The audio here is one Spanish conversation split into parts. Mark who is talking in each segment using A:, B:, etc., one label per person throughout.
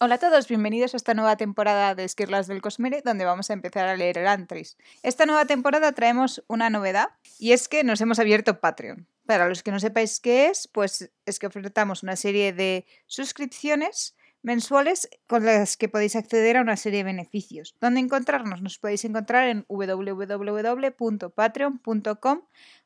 A: Hola a todos, bienvenidos a esta nueva temporada de Esquirlas del Cosmere, donde vamos a empezar a leer el Antris. Esta nueva temporada traemos una novedad, y es que nos hemos abierto Patreon. Para los que no sepáis qué es, pues es que ofertamos una serie de suscripciones mensuales con las que podéis acceder a una serie de beneficios. ¿Dónde encontrarnos? Nos podéis encontrar en www.patreon.com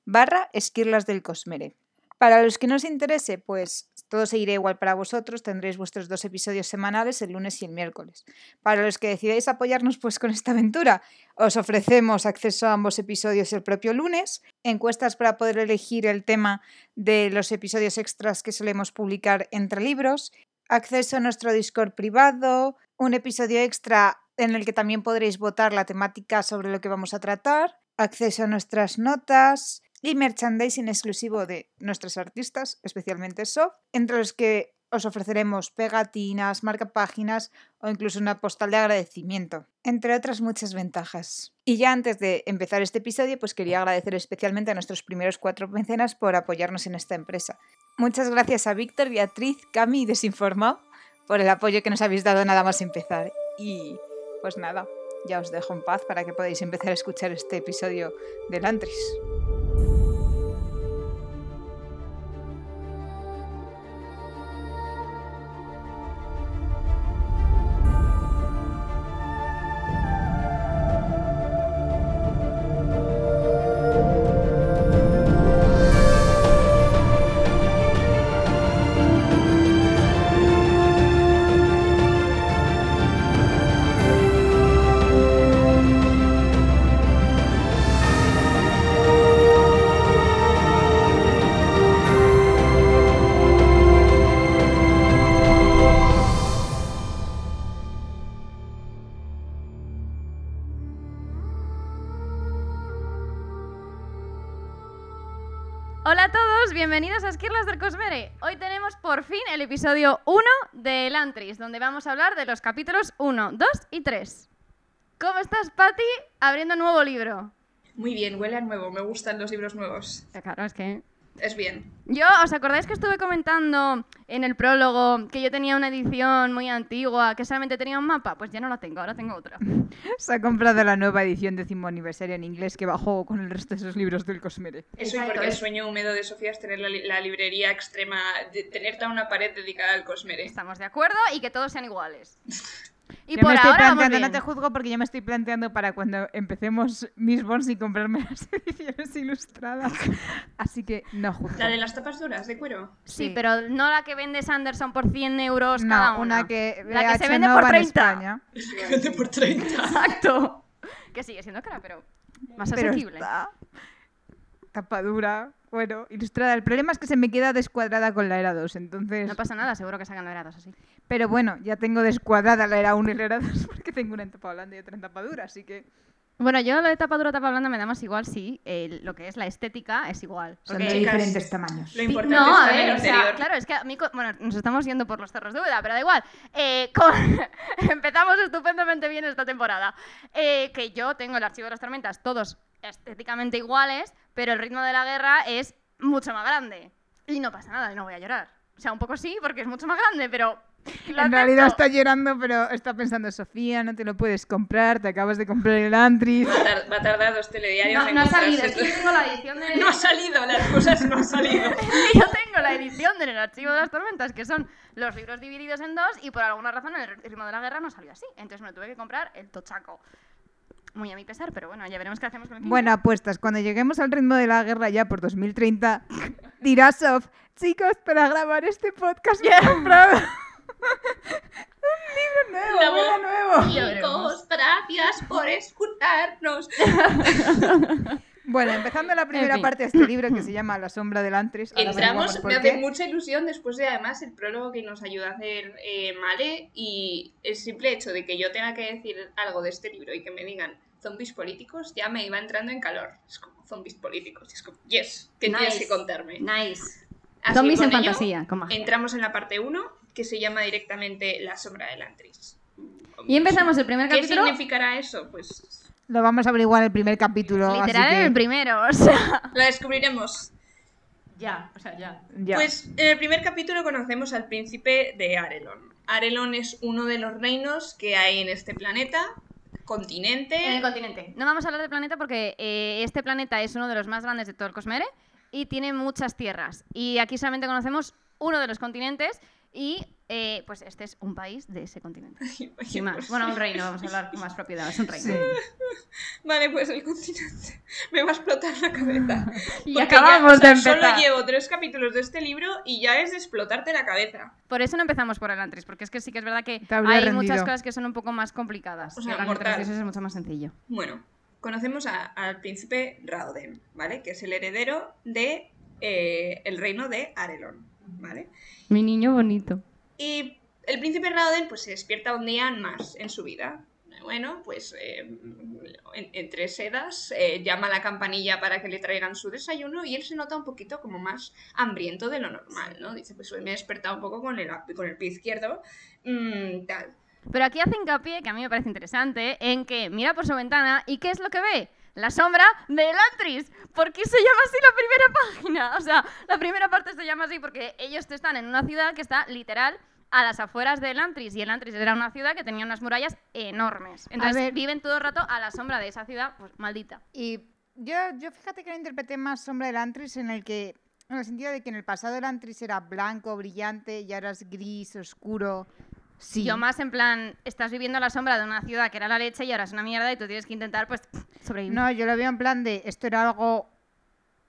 A: barra Esquirlas del Cosmere. Para los que no os interese, pues todo seguirá igual para vosotros, tendréis vuestros dos episodios semanales el lunes y el miércoles. Para los que decidáis apoyarnos pues con esta aventura, os ofrecemos acceso a ambos episodios el propio lunes, encuestas para poder elegir el tema de los episodios extras que solemos publicar entre libros, acceso a nuestro Discord privado, un episodio extra en el que también podréis votar la temática sobre lo que vamos a tratar, acceso a nuestras notas, y merchandising exclusivo de nuestros artistas, especialmente Soft, entre los que os ofreceremos pegatinas, marcapáginas o incluso una postal de agradecimiento, entre otras muchas ventajas. Y ya antes de empezar este episodio, pues quería agradecer especialmente a nuestros primeros cuatro mecenas por apoyarnos en esta empresa. Muchas gracias a Víctor, Beatriz, Cami y Desinformado por el apoyo que nos habéis dado nada más empezar. Y pues nada, ya os dejo en paz para que podáis empezar a escuchar este episodio del Antris.
B: Hola a todos, bienvenidos a Esquirlas del Cosmere. Hoy tenemos por fin el episodio 1 de El Antris, donde vamos a hablar de los capítulos 1, 2 y 3. ¿Cómo estás, Patti? Abriendo nuevo libro.
C: Muy bien, huele a nuevo, me gustan los libros nuevos.
A: Eh,
B: Claro, es que...
C: Es bien.
B: Yo, ¿os acordáis que estuve comentando en el prólogo que yo tenía una edición muy antigua, que solamente tenía un mapa? Pues ya no la tengo, ahora tengo otra.
A: Se ha comprado la nueva edición décimo aniversario en inglés que bajó con el resto de sus libros del Cosmere.
C: Eso y
B: Exacto,
C: porque el
B: es-
C: sueño húmedo de Sofía es tener la, li- la librería extrema, de tener toda una pared dedicada al Cosmere.
B: Estamos de acuerdo y que todos sean iguales. Y
A: Yo
B: por
A: me estoy
B: ahora vamos
A: planteando, no te
B: bien.
A: juzgo porque yo me estoy planteando para cuando empecemos mis bons y comprarme las ediciones ilustradas. Así que no juzgo.
C: La de las tapas duras de cuero.
B: Sí,
A: Sí.
B: pero no la que vende Sanderson por 100 euros cada
A: no, una que,
B: La que se
A: VH
B: vende
A: no
B: por
A: va en
B: 30.
A: España,
C: Vende por 30.
B: Exacto. Que sigue siendo cara, pero más
A: pero
B: asequible.
A: está tapadura, bueno, ilustrada. El problema es que se me queda descuadrada con la era 2, entonces...
B: No pasa nada, seguro que sacan la grados así.
A: Pero bueno, ya tengo descuadrada la era 1 y la era 2 porque tengo una en tapa blanda y otra en tapa dura, así que...
B: Bueno, yo lo de tapa dura, tapa blanda me da más igual si eh, lo que es la estética es igual. Porque-
C: de Chicas, diferentes
A: tamaños.
C: Lo
B: Pi-
C: importante
B: No, a
C: es
B: ver,
C: el
B: o sea,
C: anterior.
B: claro, es que a mí, co- bueno, nos estamos yendo por los cerros de duda, pero da igual. Eh, con- Empezamos estupendamente bien esta temporada. Eh, que yo tengo el archivo de las tormentas, todos estéticamente iguales, pero el ritmo de la guerra es mucho más grande. Y no pasa nada, y no voy a llorar. O sea, un poco sí, porque es mucho más grande, pero... lo
A: En realidad
B: acepto.
A: está llorando, pero está pensando, Sofía, no te lo puedes comprar, te acabas de comprar el Antris.
C: Va a tar- Va a tardar dos telediarios
B: No,
C: en
B: no ha
C: encontrarse
B: salido, es que yo
C: esto.
B: tengo la edición de...
C: No ha salido, las cosas no han salido.
B: Y yo tengo la edición del Archivo de las Tormentas, que son los libros divididos en dos, y por alguna razón el ritmo de la guerra no salió así. Entonces me lo tuve que comprar el tochaco. Muy a mi pesar, pero bueno, ya veremos qué hacemos con el
A: Bueno,
B: quinto.
A: apuestas, cuando lleguemos al ritmo de la guerra ya por 2030, dirá Sof, chicos, para grabar este podcast me he comprado un libro
C: La
A: nuevo,
C: voz.
A: uno nuevo.
B: Ya veremos.
C: gracias por escucharnos.
A: Bueno, empezando la primera
B: fin.
A: parte de este libro que se llama La sombra del Antris. ahora averiguamos
C: Entramos,
A: por
C: me hace
A: qué.
C: mucha ilusión después de además el prólogo que nos ayuda a hacer eh, Male y el simple hecho de que yo tenga que decir algo de este libro y que me digan zombies políticos ya me iba entrando en calor. Es como zombies políticos. y Es como, yes, que tienes
B: Nice.
C: que contarme.
B: Nice.
C: Así
B: Zombies
C: con
B: en
C: ello,
B: fantasía, con magia.
C: Entramos en la parte 1 que se llama directamente La sombra del Antris.
B: Y empezamos el primer
C: ¿Qué
B: capítulo.
C: significará eso? Pues
A: Lo vamos a averiguar en el primer capítulo.
B: Literal
A: así
B: en el
A: que
B: primero, o sea.
C: lo descubriremos.
B: Ya, o sea, ya.
A: ya.
C: Pues en el primer capítulo conocemos al príncipe de Arelon, Arelon es uno de los reinos que hay en este planeta,
B: En el
C: continente.
B: continente. Eh, No vamos a hablar del planeta porque eh, este planeta es uno de los más grandes de todo el Cosmere y tiene muchas tierras. Y aquí solamente conocemos uno de los continentes y eh, pues este es un país de ese continente. Sin más. Bueno, un reino, vamos a hablar con más propiedad, es un reino.
C: Vale, pues el continente. Me va a explotar la cabeza.
B: Y
C: Porque
B: acabamos de
C: ya,
B: empezar.
C: Solo llevo tres capítulos de este libro y ya es de explotarte la cabeza.
B: Por eso no empezamos por Elantris, porque es que sí que es verdad que
D: Te habría
B: hay
D: rendido.
B: muchas cosas que son un poco más complicadas.
C: O sea,
B: Y Elantris
C: mortal.
B: es mucho más sencillo.
C: Bueno, conocemos a- al príncipe Raoden, ¿vale? Que es el heredero de eh, el reino de Arelon, ¿vale?
B: Mi niño bonito.
C: Y el príncipe Raoden pues se despierta un día más en su vida. Bueno, pues eh, en- entre sedas eh, llama a la campanilla para que le traigan su desayuno y él se nota un poquito como más hambriento de lo normal, ¿no? Dice, pues hoy me he despertado un poco con el, ap- con el pie izquierdo, mm, tal.
B: Pero aquí hace hincapié, que a mí me parece interesante, en que mira por su ventana y ¿qué es lo que ve? La sombra de Elantris. ¿Por qué se llama así la primera página? O sea, la primera parte se llama así porque ellos están en una ciudad que está literal a las afueras de Elantris. Y Elantris era una ciudad que tenía unas murallas enormes. Entonces
D: ver.
B: viven todo el rato a la sombra de esa ciudad pues, maldita.
A: Y yo, yo fíjate que lo interpreté más Sombra del Antris en el que, en el sentido de que en el pasado el Antris era blanco, brillante, y ahora es gris, oscuro. Sí.
B: Yo más en plan, estás viviendo a la sombra de una ciudad que era la leche y ahora es una mierda y tú tienes que intentar pues sobrevivir.
A: No, yo lo veo en plan de esto era algo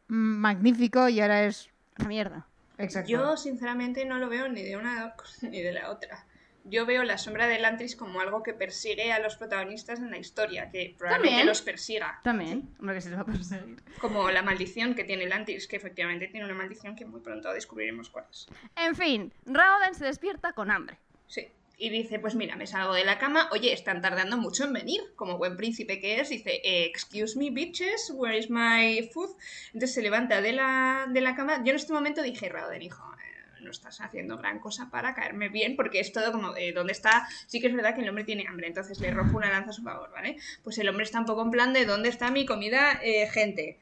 A: mm, magnífico y ahora es.
B: Una mierda.
A: Exacto.
C: Yo sinceramente no lo veo ni de una cosa ni de la otra. Yo veo la sombra de Elantris como algo que persigue a los protagonistas en la historia, que probablemente
B: También.
C: los persiga.
B: También, hombre, que se les va a perseguir.
C: Como la maldición que tiene Lantis, que efectivamente tiene una maldición que muy pronto descubriremos cuál es.
B: En fin, Raoden se despierta con hambre.
C: Sí. Y dice, pues mira, me salgo de la cama, oye, están tardando mucho en venir, como buen príncipe que es, dice, "Eh, excuse me, bitches, where is my food? Entonces se levanta de la, de la cama, yo en este momento dije, Raoden, hijo, eh, no estás haciendo gran cosa para caerme bien, porque es todo como, eh, ¿dónde está? Sí que es verdad que el hombre tiene hambre, entonces le rompo una lanza a su favor, ¿vale? Pues el hombre está un poco en plan de, ¿dónde está mi comida, eh, gente?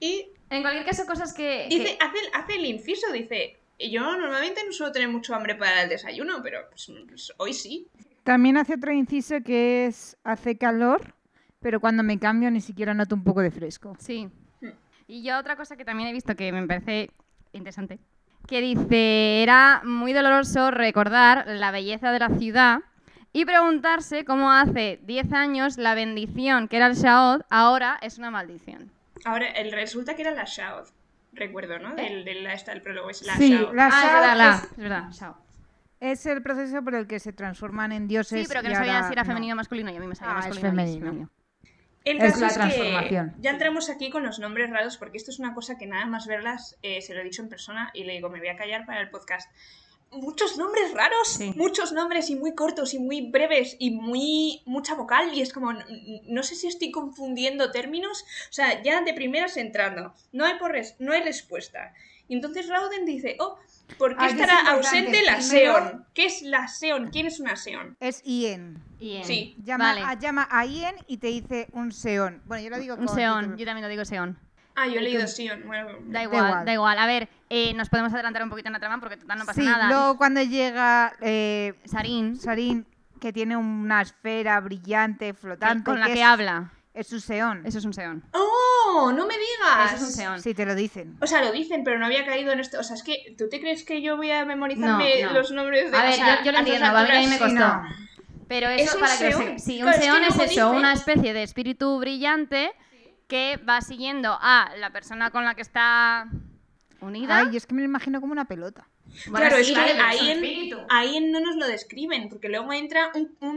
C: Y
B: En cualquier caso, cosas que... que-
A: Eh,
C: Dice, hace, el- hace el inciso, dice, yo normalmente no suelo tener mucho hambre para el desayuno, pero pues, pues, hoy sí.
A: También hace otro inciso que es hace calor, pero cuando me cambio ni siquiera noto un poco de fresco.
B: Sí.
C: Hmm.
B: Y yo otra cosa que también he visto que me parece interesante, que dice, era muy doloroso recordar la belleza de la ciudad y preguntarse cómo hace 10 años la bendición que era el Shaod ahora es una maldición.
C: Ahora, el, resulta que era la Shaod, recuerdo, ¿no? Del, del- la- esta, el prólogo es la
A: Eh. sí,
C: Shaod.
A: la
B: ah, es
A: Shao
B: verdad, la-
A: es-
B: es verdad, Shaod.
A: es, el proceso por el que se transforman en
B: Sí,
A: dioses.
B: pero que
A: y
B: no sabían
A: ahora
B: si era
A: no.
B: femenino o masculino y a mí me salía
A: Ah, es
B: masculino. y
A: femenino.
C: El
A: Es
C: caso
A: la
C: es que
A: transformación.
C: ya entramos aquí con los nombres raros porque esto es una cosa que nada más verlas eh, se lo he dicho en persona y le digo, me voy a callar para el podcast. Muchos nombres raros,
B: Sí.
C: muchos nombres y muy cortos y muy breves y muy mucha vocal y es como, n- n- no sé si estoy confundiendo términos, o sea, ya de primeras entrando, no hay, por res- no hay respuesta. Y entonces Rauden dice, oh, ¿por qué
A: Ah, que es
C: estará
A: importante.
C: ausente la
A: Primero-
C: Seon? ¿Qué es la Seon? ¿Quién es una Seon?
A: Es Ien.
B: Bien.
C: Sí.
A: Llama,
B: Vale.
A: a, llama a Ien y te dice un Seón. Bueno, yo lo digo
B: Un
A: con
B: Seón,
A: título.
B: yo también lo digo Seón.
C: Ah, yo he leído Seon. Bueno,
B: Da igual, da igual.
A: igual.
B: A ver, eh, nos podemos adelantar un poquito en la trama porque total no pasa
A: sí,
B: nada.
A: luego cuando llega eh,
B: Sarin,
A: Sarin, que tiene una esfera brillante, flotante.
B: con la que
A: es,
B: habla.
A: Es su Seón.
B: Eso es un Seón.
C: ¡Oh! ¡No me digas!
B: Eso es un Seón.
A: Sí, te lo dicen.
C: O sea, lo dicen, pero no había caído en esto. O sea, es que tú te crees que yo voy a memorizarme
B: No, no.
C: los nombres de
B: A ver,
C: o sea,
B: yo- yo lo
C: a esas
B: entiendo, ¿vale? Que a mí me
C: alturas,
B: costó.
C: sí,
A: No.
B: Pero
C: ¿Es
B: eso
C: un
B: para que lo se-
C: Seón?
B: Sí, un
C: Claro, es que
B: Seón es,
C: luego
B: eso,
C: dice-
B: una especie de espíritu brillante que va siguiendo a la persona con la que está unida.
A: Ay, es que me lo imagino como una pelota.
B: Bueno,
C: claro,
B: sí,
C: es que
B: vale, pero es un
C: ahí, en,
B: espíritu.
C: ahí en no nos lo describen, porque luego entra un, un,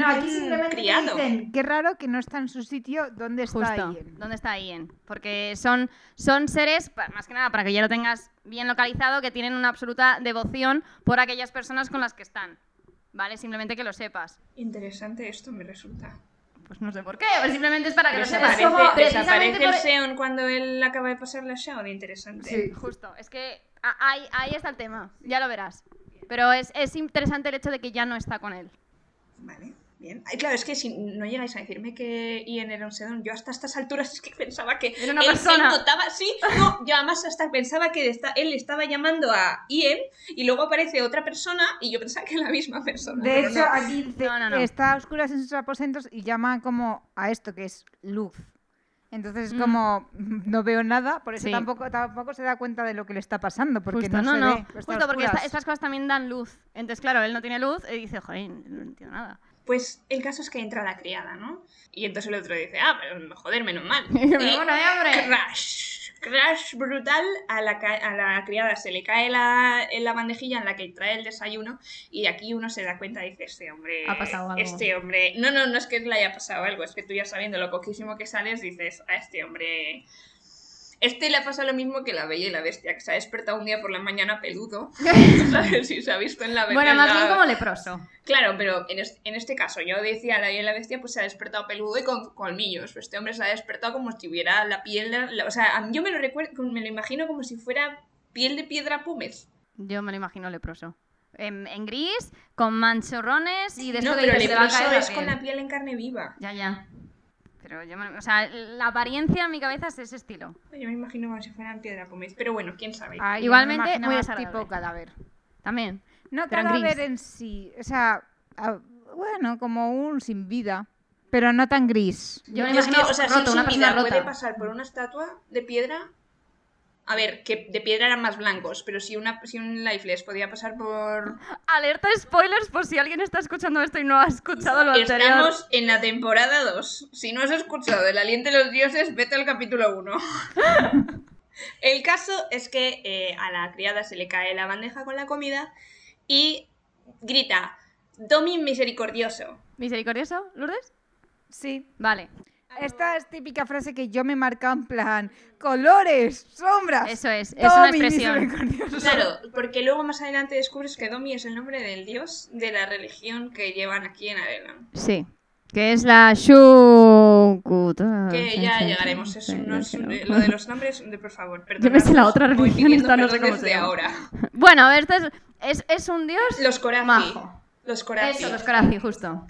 C: un criado.
A: qué raro que no está en su sitio donde está
B: Justo.
A: Ien.
B: ¿Dónde está Ian? Porque son, son seres, pa- más que nada, para que ya lo tengas bien localizado, que tienen una absoluta devoción por aquellas personas con las que están. ¿Vale? Simplemente que lo sepas.
C: Interesante esto me resulta.
B: Pues no sé por qué, pues simplemente es para que lo sepas.
C: Desaparece,
B: Es como-
C: desaparece el
B: por- e-
C: Seon cuando él acaba de pasar la Shadow. Interesante.
B: Justo, es que a- ahí, ahí está el tema, ya lo verás. Pero es, es interesante el hecho de que ya no está con él.
C: Vale. Bien. Ay, claro, es que si no llegáis a decirme que Ian era un sedón, yo hasta estas alturas es que pensaba que
B: Era una
C: él se
B: persona.
C: notaba, sí, no, yo además hasta pensaba que esta- él estaba llamando a Ian y luego aparece otra persona y yo pensaba que era la misma persona.
A: De
C: pero
A: hecho,
C: no.
A: aquí dice,
B: No, no, no.
A: está a oscuras en sus aposentos y llama como a esto que es luz. Entonces es
B: Mm.
A: como mm, no veo nada, por eso
B: Sí.
A: tampoco, tampoco se da cuenta de lo que le está pasando, porque
B: Justo,
A: no,
B: no,
A: se
B: no.
A: ve. está a
B: Justo porque
A: oscuras.
B: esta- estas cosas también dan luz. Entonces, claro, él no tiene luz y dice, joder, no entiendo nada.
C: Pues el caso es que entra la criada, ¿no? Y entonces el otro dice, ah, pero joder, menos mal.
B: Y
C: Y-
B: me muero de hambre.
C: crash, crash brutal a la, ca- a la criada. Se le cae la, en la bandejilla en la que trae el desayuno y aquí uno se da cuenta y dice, este hombre...
B: Ha pasado algo.
C: Este hombre... No, no, no es que le haya pasado algo, es que tú ya sabiendo lo poquísimo que sales dices, a este hombre... Este le ha pasado lo mismo que la bella y la bestia, que se ha despertado un día por la mañana peludo. ¿Sabes? Si se ha visto en la
B: Bueno, más bien
C: en la-
B: como leproso.
C: Claro, pero en, es- en este caso, yo decía la Bella y la bestia, pues se ha despertado peludo y con colmillos. Este hombre se ha despertado como si hubiera la piel de. la- o sea, a mí- yo me lo recuer- me lo imagino como si fuera piel de piedra pómez.
B: Yo me lo imagino leproso. En, en gris, con manchorrones y de esto
C: No,
B: que
C: pero
B: dices, le va a
C: leproso
B: caer la
C: es con
B: piel.
C: la piel en carne viva.
B: Ya, ya. Pero yo me- O sea, la apariencia en mi cabeza es ese estilo.
C: Yo me imagino como si fuera piedra pómez. Pero bueno, quién sabe.
A: Ah, yo me
B: Igualmente,
A: imagino
B: muy
A: más
B: desagradable.
A: tipo cadáver.
B: También.
A: No
B: Pero en
A: cadáver
B: gris.
A: en sí, o sea, ah, bueno, como un sin vida, pero no tan gris.
B: Yo me
C: Yo es
B: imagino
C: que, o sea, si
B: roto,
C: un
B: una persona
C: vida puede
B: rota.
C: pasar por una estatua de piedra. A ver, que de piedra eran más blancos, pero si, una, si un lifeless podía pasar por
B: Alerta spoilers por si alguien está escuchando esto y no ha escuchado lo anterior.
C: Estamos en la temporada 2. Si no has escuchado El Aliento de los Dioses, vete al capítulo 1. El caso es que eh, a la criada se le cae la bandeja con la comida y grita, Domi misericordioso.
B: ¿Misericordioso, Lourdes?
A: Sí.
B: Vale.
A: Esta es típica frase que yo me he marcado en plan, colores,
C: Ah,
A: sombras.
B: Eso es. Es
A: Tommy
B: una expresión.
A: misericordioso.
C: Claro, porque luego más adelante descubres que Domi es el nombre del dios de la religión que llevan aquí en Adelon.
B: Sí. Que es la Shukuta.
C: Que ya llegaremos, es unos- eh, lo de los nombres, de- por favor, perdón.
B: me sé la otra religión, esta no sé cómo se
C: desde
B: llama.
C: ahora.
B: Bueno, a ver, este es, es, es un dios
C: Los Corazi.
B: majo.
C: Los Corazi.
B: Eso, los Corazi, justo.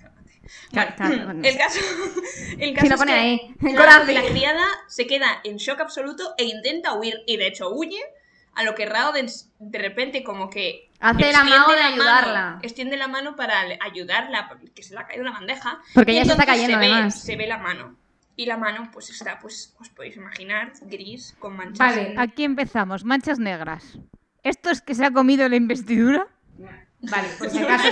B: Ca- ca- bueno,
C: El caso, el caso
B: lo
C: es
B: pone
C: que
B: ahí,
C: La,
B: coraje.
C: la criada se queda en shock absoluto e intenta huir y de hecho huye, a lo que Rao de, de repente como que
B: Hace el
C: extiende
B: amago de
C: la mano-
B: ayudarla.
C: extiende la mano para le- ayudarla que se le ha caído la bandeja.
B: Porque
C: y
B: ya se está
C: entonces
B: cayendo,
C: se ve,
B: además.
C: Se ve la mano y la mano pues está pues os podéis imaginar gris con manchas.
A: Vale, aquí empezamos. Manchas negras. ¿Esto es que se ha comido la investidura? Vale, pues si acaso.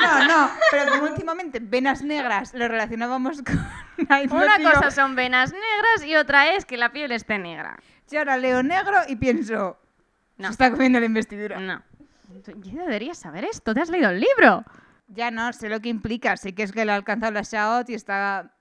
A: No, no, no, pero como últimamente venas negras lo relacionábamos con. Ay, no,
B: Una
A: tío.
B: cosa son venas negras y otra es que la piel esté negra.
A: Yo ahora leo negro y pienso.
B: No.
A: Se está comiendo la investidura.
B: No. Tú- Yo debería saber esto, te has leído el libro.
A: Ya no, sé lo que implica. Sé que es que le ha alcanzado la Shaot y está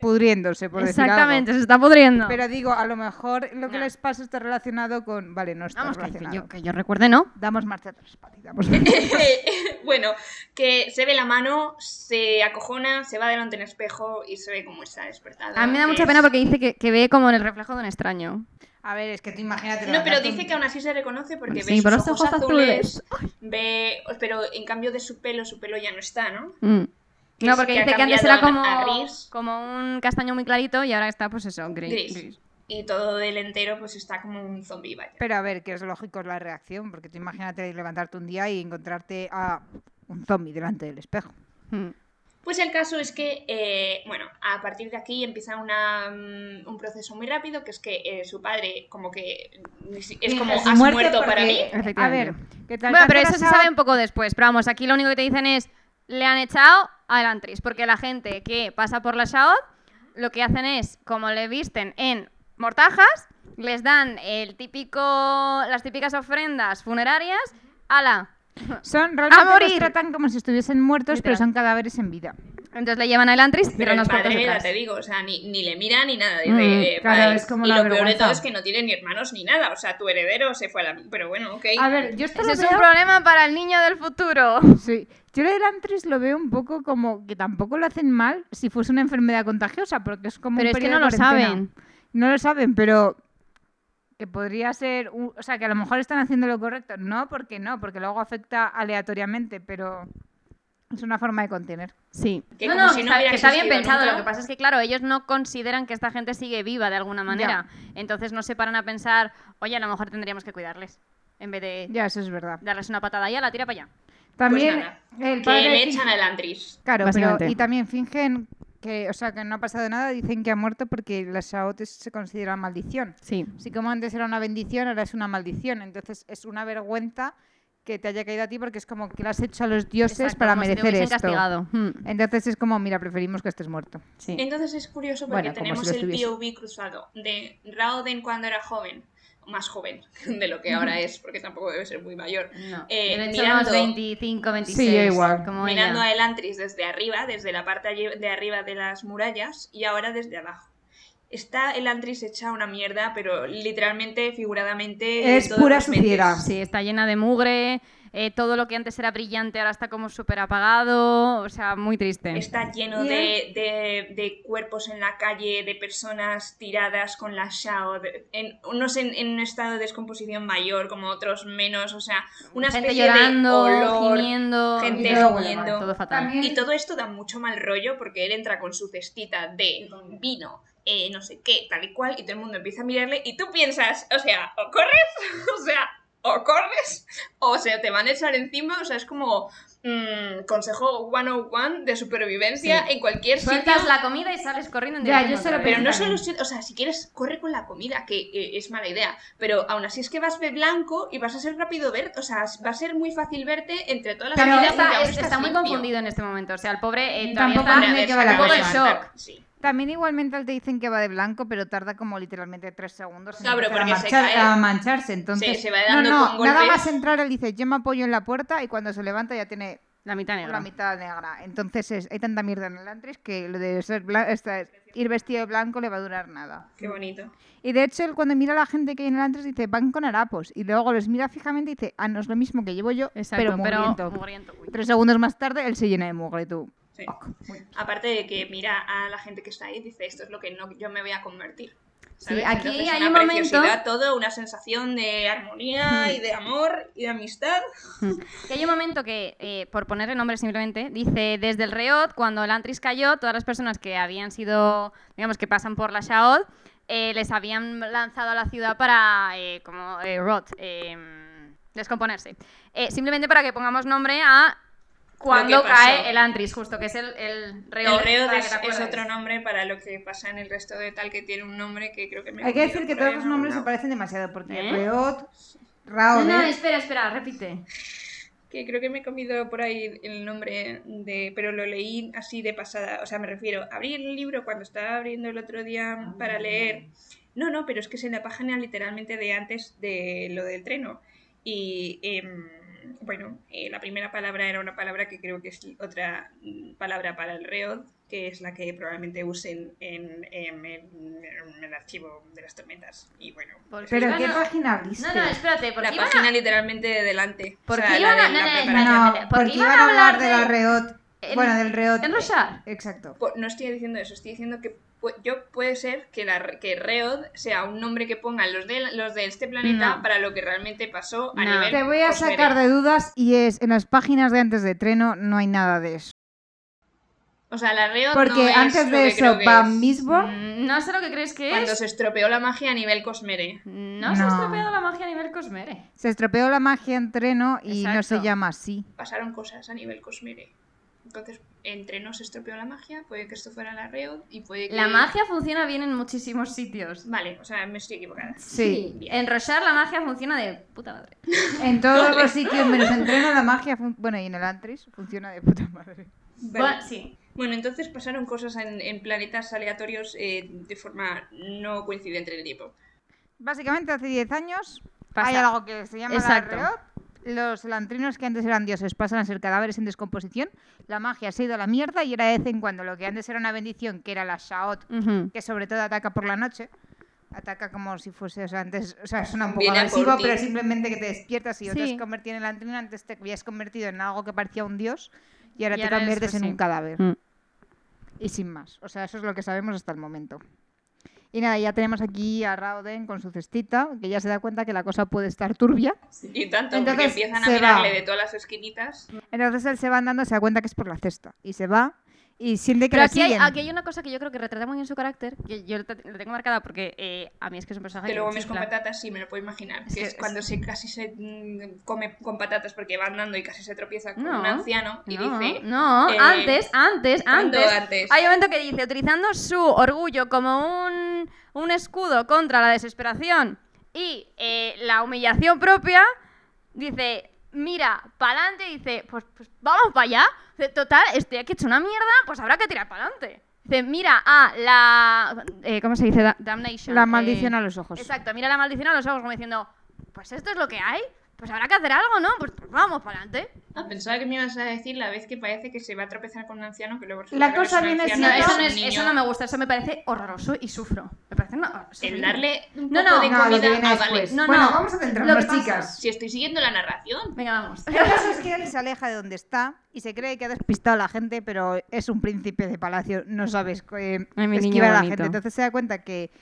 A: pudriéndose, por decir algo.
B: Exactamente, se está pudriendo.
A: Pero digo, a lo mejor lo que
B: No.
A: les pasa está relacionado con. Vale, no está
B: Vamos, que, que
A: relacionado.
B: yo, que yo recuerde, ¿no?
A: Damos marcha atrás, Pati, damos
C: bueno, que se ve la mano, se acojona, se va delante en espejo y se ve como está despertada.
B: A mí me da
C: que
B: mucha
C: es-
B: pena porque dice que, que ve como en el reflejo de un extraño.
A: A ver, es que tú imagínate.
C: No, pero
A: levantar
C: dice
A: un-
C: que aún así se reconoce porque
B: Sí,
C: ve
B: por
C: sus
B: los
C: ojos,
B: ojos
C: azules, ve, pero en cambio de su pelo, su pelo ya no está, ¿no?
B: Mm.
C: Que
B: No,
C: es-
B: porque
C: que ha
B: dice que antes era
C: cambiado
B: como,
C: a gris.
B: como un castaño muy clarito y ahora está, pues eso, gris.
C: Gris. Y todo el entero pues está como un zombi, vaya.
A: Pero a ver, que es lógico la reacción, porque tú imagínate levantarte un día y encontrarte a un zombie delante del espejo.
B: Mm.
C: Pues el caso es que, eh, bueno, a partir de aquí empieza una, mm, un proceso muy rápido, que es que eh, su padre como que mm, ni si- es
A: Finge
C: como,
A: su
C: has
A: muerte
C: muerto para mí.
A: porque- A
B: Efectivamente.
A: ver, que te
B: Bueno, pero
A: alcanza
B: eso
A: la
B: se
A: Shaoh-
B: sabe un poco después. Pero vamos, aquí lo único que te dicen es, le han echado a Elantris. Porque la gente que pasa por la Shaod, lo que hacen es, como le visten en mortajas, les dan el típico, las típicas ofrendas funerarias a la...
A: Son realmente los
B: morir.
A: tratan como si estuviesen muertos, pero
B: Literal.
A: son cadáveres en vida.
B: Entonces le llevan a Elantris y
C: Pero
B: cierran
C: el
B: las puertas
C: padre, ya
B: detrás.
C: te digo, o sea, ni, ni le mira ni nada. Dice,
B: Mm,
C: eh,
A: claro,
C: padre.
A: es como
C: y
A: la
C: lo peor de
A: vergüenza.
C: todo es que no tiene ni hermanos ni nada. O sea, tu heredero se fue a la... Pero bueno, ok.
A: A ver, yo esto
B: Ese
A: lo
B: es
A: veo...
B: un problema para el niño del futuro.
A: Sí. Yo lo del antris lo veo un poco como que tampoco lo hacen mal si fuese una enfermedad contagiosa, porque es como un
B: Pero es que
A: periodo
B: no lo
A: de cuarentena.
B: saben.
A: No lo saben, pero que podría ser, un- o sea, que a lo mejor están haciendo lo correcto. No, porque no, porque luego afecta aleatoriamente, pero Es una forma de contener.
B: Sí.
C: Que
B: no,
C: como
B: no,
C: si no
B: está,
C: hubiera
B: que está bien
C: existido
B: pensado.
C: nunca.
B: Lo que pasa es que, claro, ellos no consideran que esta gente sigue viva de alguna manera. Entonces no se paran a pensar, oye, a lo mejor tendríamos que cuidarles. En vez de
A: Ya, eso es verdad.
B: darles una patada ya, la tira para allá.
A: También
C: Pues nada,
A: el
C: Que
A: padre
C: le
A: finge-
C: echan al Andrés.
A: Claro, pero,
B: Básicamente.
A: y también fingen que, o sea, que no ha pasado nada, dicen que ha muerto porque las aotes se consideran maldición.
B: Sí.
A: Así como antes era una bendición, ahora es una maldición. Entonces es una vergüenza que te haya caído a ti porque es como que lo has hecho a los dioses para merecer esto.
B: castigado. Mm,
A: Entonces es como, mira, preferimos que estés muerto.
B: sí.
C: Entonces es curioso
A: Bueno, como
C: porque
A: si
C: tenemos
A: lo
C: el
A: estuviese.
C: POV cruzado de Raoden cuando era joven, más joven de lo que ahora es, porque tampoco debe ser muy mayor.
B: No,
C: Eh,
B: yo le he hecho
C: mirando-
B: unos 25, 26.
A: Sí, yo igual.
B: Como
C: mirando
B: ella.
C: a Elantris desde arriba, desde la parte allí- de arriba de las murallas y ahora desde abajo. Está Elantris hecha una mierda, pero literalmente, figuradamente... en
A: Es
C: todos
A: pura
C: los sentidos.
A: suciedad.
B: Sí, está llena de mugre. eh, todo lo que antes era brillante ahora está como súper apagado. O sea, muy triste.
C: Está lleno de, de- de cuerpos en la calle, de personas tiradas con la Shao, de- en, unos en, en un estado de descomposición mayor, como otros menos, o sea, una
B: gente
C: especie
B: llorando,
C: de olor.
B: gimiendo,
C: gente
B: y todo
C: gimiendo.
B: huele mal, Todo fatal.
A: También-
C: Y todo esto da mucho mal rollo porque él entra con su cestita de vino, eh, no sé qué, tal y cual, y todo el mundo empieza a mirarle y tú piensas, o sea, o corres, o sea, o corres, o se te van a echar encima, o sea, es como mm, consejo 101 de supervivencia
B: Sí.
C: en cualquier
B: Sueltas
C: sitio.
B: la comida y sales corriendo en
A: Ya,
B: dirección
A: yo se lo
B: contraria.
C: Pero no
A: También.
C: solo, si- o sea, si quieres, corre con la comida, que eh, es mala idea. Pero aún así es que vas de blanco y vas a ser rápido ver, o sea, va a ser muy fácil verte entre todas las
B: Pero
C: comidas porque
B: está,
C: aún
B: es-
C: estás
B: está muy
C: limpio.
B: confundido en este momento. O sea, el pobre eh,
A: Y
B: todavía
A: tampoco
B: está-
A: me lleva la
B: un poco en
A: cosa.
B: shock.
C: Sí.
A: También igualmente te dicen que va de blanco, pero tarda como literalmente tres segundos en
C: No, pero
A: empezar a,
C: porque se
A: marchar-
C: cae.
A: a mancharse. Entonces,
C: se va dando
A: no, no,
C: con
A: nada
C: golpes.
A: más entrar, él dice, yo me apoyo en la puerta y cuando se levanta ya tiene
B: La mitad negra.
A: la mitad negra. Entonces es- hay tanta mierda en el antris que lo de ser bla- esta- ir vestido de blanco le va a durar nada.
C: Qué bonito.
A: Y de hecho él cuando mira a la gente que hay en el antris dice, van con harapos. Y luego los mira fijamente y dice, ah, no es lo mismo que llevo yo, pero
B: Exacto, pero
A: mugriento".
B: mugriento, uy.
A: Tres segundos más tarde él se llena de mugre, tú.
C: Sí.
A: Ok, muy-
C: Aparte de que mira a la gente que está ahí y dice, esto es lo que no, yo me voy a convertir.
B: Sí, aquí
C: Entonces,
B: hay
C: una
B: un momento- Hmm.
C: preciosidad, todo, una sensación de armonía y de amor y de amistad.
B: Que hay un momento que, eh, por ponerle nombre simplemente, dice, desde el Reot, cuando el Antris cayó, todas las personas que habían sido, digamos, que pasan por la Shaod, eh, les habían lanzado a la ciudad para, eh, como, eh, rot, eh, descomponerse. Eh, simplemente para que pongamos nombre a cuando
C: Lo que pasó.
B: cae el Antris, justo, que es el, el Reot.
C: el reo
B: para que
C: es,
B: te
C: es
B: acuerdes.
C: otro nombre para lo que pasa en el resto de tal que tiene un nombre que creo que me he
A: Hay que
C: comido
A: decir que
C: por ahí
A: todos los
C: en
A: nombres se
C: algún lado.
A: parecen demasiado, porque
B: ¿Eh?
A: Reot,
B: No,
A: Raoul,
B: no, espera, espera, repite.
C: Que creo que me he comido por ahí el nombre de... Pero lo leí así de pasada. O sea, me refiero, abrí el libro cuando estaba abriendo el otro día para leer. No, no, pero es que es en la página literalmente de antes de lo del treno. Y em, bueno, eh, la primera palabra era una palabra que creo que es otra mm, palabra para el reo, que es la que probablemente usen en, em, en- en el archivo de las tormentas. Y bueno, pues
B: Porque
A: pero
B: iban
A: ¿qué
B: a-
A: página abriste?
B: No, no, espérate, porque
C: la
B: iban a-
C: página literalmente de delante. O
B: Porque
C: sea, la
B: iban a-
C: de
B: no,
C: la
B: no, no,
C: preparación.
A: No,
B: Espérate, porque
A: porque iban a hablar de la Reot.
B: en-
A: Bueno, del Reot.
B: en Rochard.
A: Exacto.
C: Po- No estoy diciendo eso, estoy diciendo que pu- yo puede ser que, la, que Reod sea un nombre que pongan los de, los de este planeta
B: No.
C: para lo que realmente pasó a
B: No.
C: nivel.
A: Te voy a
C: cosmere.
A: sacar de dudas y es en las páginas de antes de Treno no hay nada de eso.
C: O sea, la Reod.
A: Porque
C: no es
A: antes
C: lo
A: de
C: que creo
A: eso
C: que
A: va
C: es.
A: Misborn.
B: Mm, No sé lo que crees que
C: Cuando
B: es.
C: se estropeó la magia a nivel cosmere.
B: No, se ha
A: No.
B: estropeado la magia a nivel cosmere.
A: Se estropeó la magia en Treno y no se
B: Exacto.
A: llama así.
C: Pasaron cosas a nivel cosmere. Entonces, entre no se estropeó la magia, puede que esto fuera la Reod y puede que.
B: La magia funciona bien en muchísimos sitios.
C: Vale, o sea, me estoy equivocada.
A: Sí.
B: En Rochard la magia funciona de puta madre.
A: En todos los sitios menos en Treno la magia, fun- bueno, y en el Antris funciona de puta madre.
B: Bueno, sí.
C: Bueno, entonces pasaron cosas en, en planetas aleatorios eh, de forma no coincidente en el tiempo.
A: Básicamente hace 10 años
B: Pasa.
A: hay algo que se llama
B: Exacto.
A: la Reot. Los elantrinos que antes eran dioses pasan a ser cadáveres en descomposición. La magia se ha ido a la mierda y era de vez en cuando lo que antes era una bendición, que era la Shaot,
B: Ujú.
A: que sobre todo ataca por la noche. Ataca como si fuese, o sea, antes, o sea, suena un poco
C: Viene a
A: agresivo,
C: por ti.
A: pero simplemente que te despiertas y o te
B: Sí.
A: has convertido en elantrino, antes te habías convertido en algo que parecía un dios y ahora
B: Y
A: te
B: ahora es,
A: conviertes
B: pues,
A: en
B: sí.
A: un cadáver.
B: Mm.
A: Y sin más, o sea, eso es lo que sabemos hasta el momento. Y nada, ya tenemos aquí a Rauden con su cestita, que ya se da cuenta que la cosa puede estar turbia.
C: Y tanto, porque
A: Entonces,
C: empiezan a
A: se va.
C: mirarle de todas las esquinitas.
A: Entonces él se va andando, se da cuenta que es por la cesta. Y se va y siente que
B: Pero
A: la
B: aquí hay,
A: siguen.
B: aquí hay una cosa que yo creo que retrata muy bien su carácter, que yo te- lo tengo marcada porque eh, a mí es que es un personaje
C: Que luego
B: me
C: mis con
B: chifla.
C: patatas sí, me lo puedo imaginar.
B: Es
C: que
B: que
C: es
B: es-
C: cuando se casi se mm, come con patatas porque va andando y casi se tropieza con
B: No,
C: un anciano y
B: no,
C: dice...
B: no,
C: eh,
B: antes, antes,
C: ¿cuándo
B: antes,
C: antes?
B: Hay un momento que dice, utilizando su orgullo como un, un escudo contra la desesperación y eh, la humillación propia, dice, mira, para adelante, dice, pues, pues vamos para allá. Dice, Total, estoy aquí hecho una mierda, pues habrá que tirar para adelante. Dice, mira, ah, la... eh, ¿Cómo se dice? Da- damnation.
A: La
B: eh,
A: maldición a los ojos.
B: Exacto, mira la maldición a los ojos como diciendo, pues esto es lo que hay, pues habrá que hacer algo, ¿no? Pues, pues vamos para adelante.
C: Ah, pensaba que me ibas a decir la vez que parece que se va a tropezar con un anciano que luego resulta
A: La
C: que no es
A: cosa
C: un
A: viene
C: anciano,
B: No,
A: siendo-
B: eso,
C: un
B: no es-
C: niño.
B: eso no me gusta, eso me parece horroroso y sufro. Me parece una-
C: El darle un
B: No, no,
C: poco de
B: no,
A: lo que
C: comida
A: viene
C: Ah,
A: después.
C: vale.
B: No,
A: Bueno,
B: no.
A: vamos a centrarnos,
B: Lo que pasa-
A: chicas.
C: Si estoy siguiendo la narración.
B: Venga, vamos.
A: El caso es que él se aleja de donde está y se cree que ha despistado a la gente, pero es un príncipe de palacio, no sabes eh,
B: Ay, mi niño
A: esquivar a la
B: bonito.
A: gente. Entonces se da cuenta que,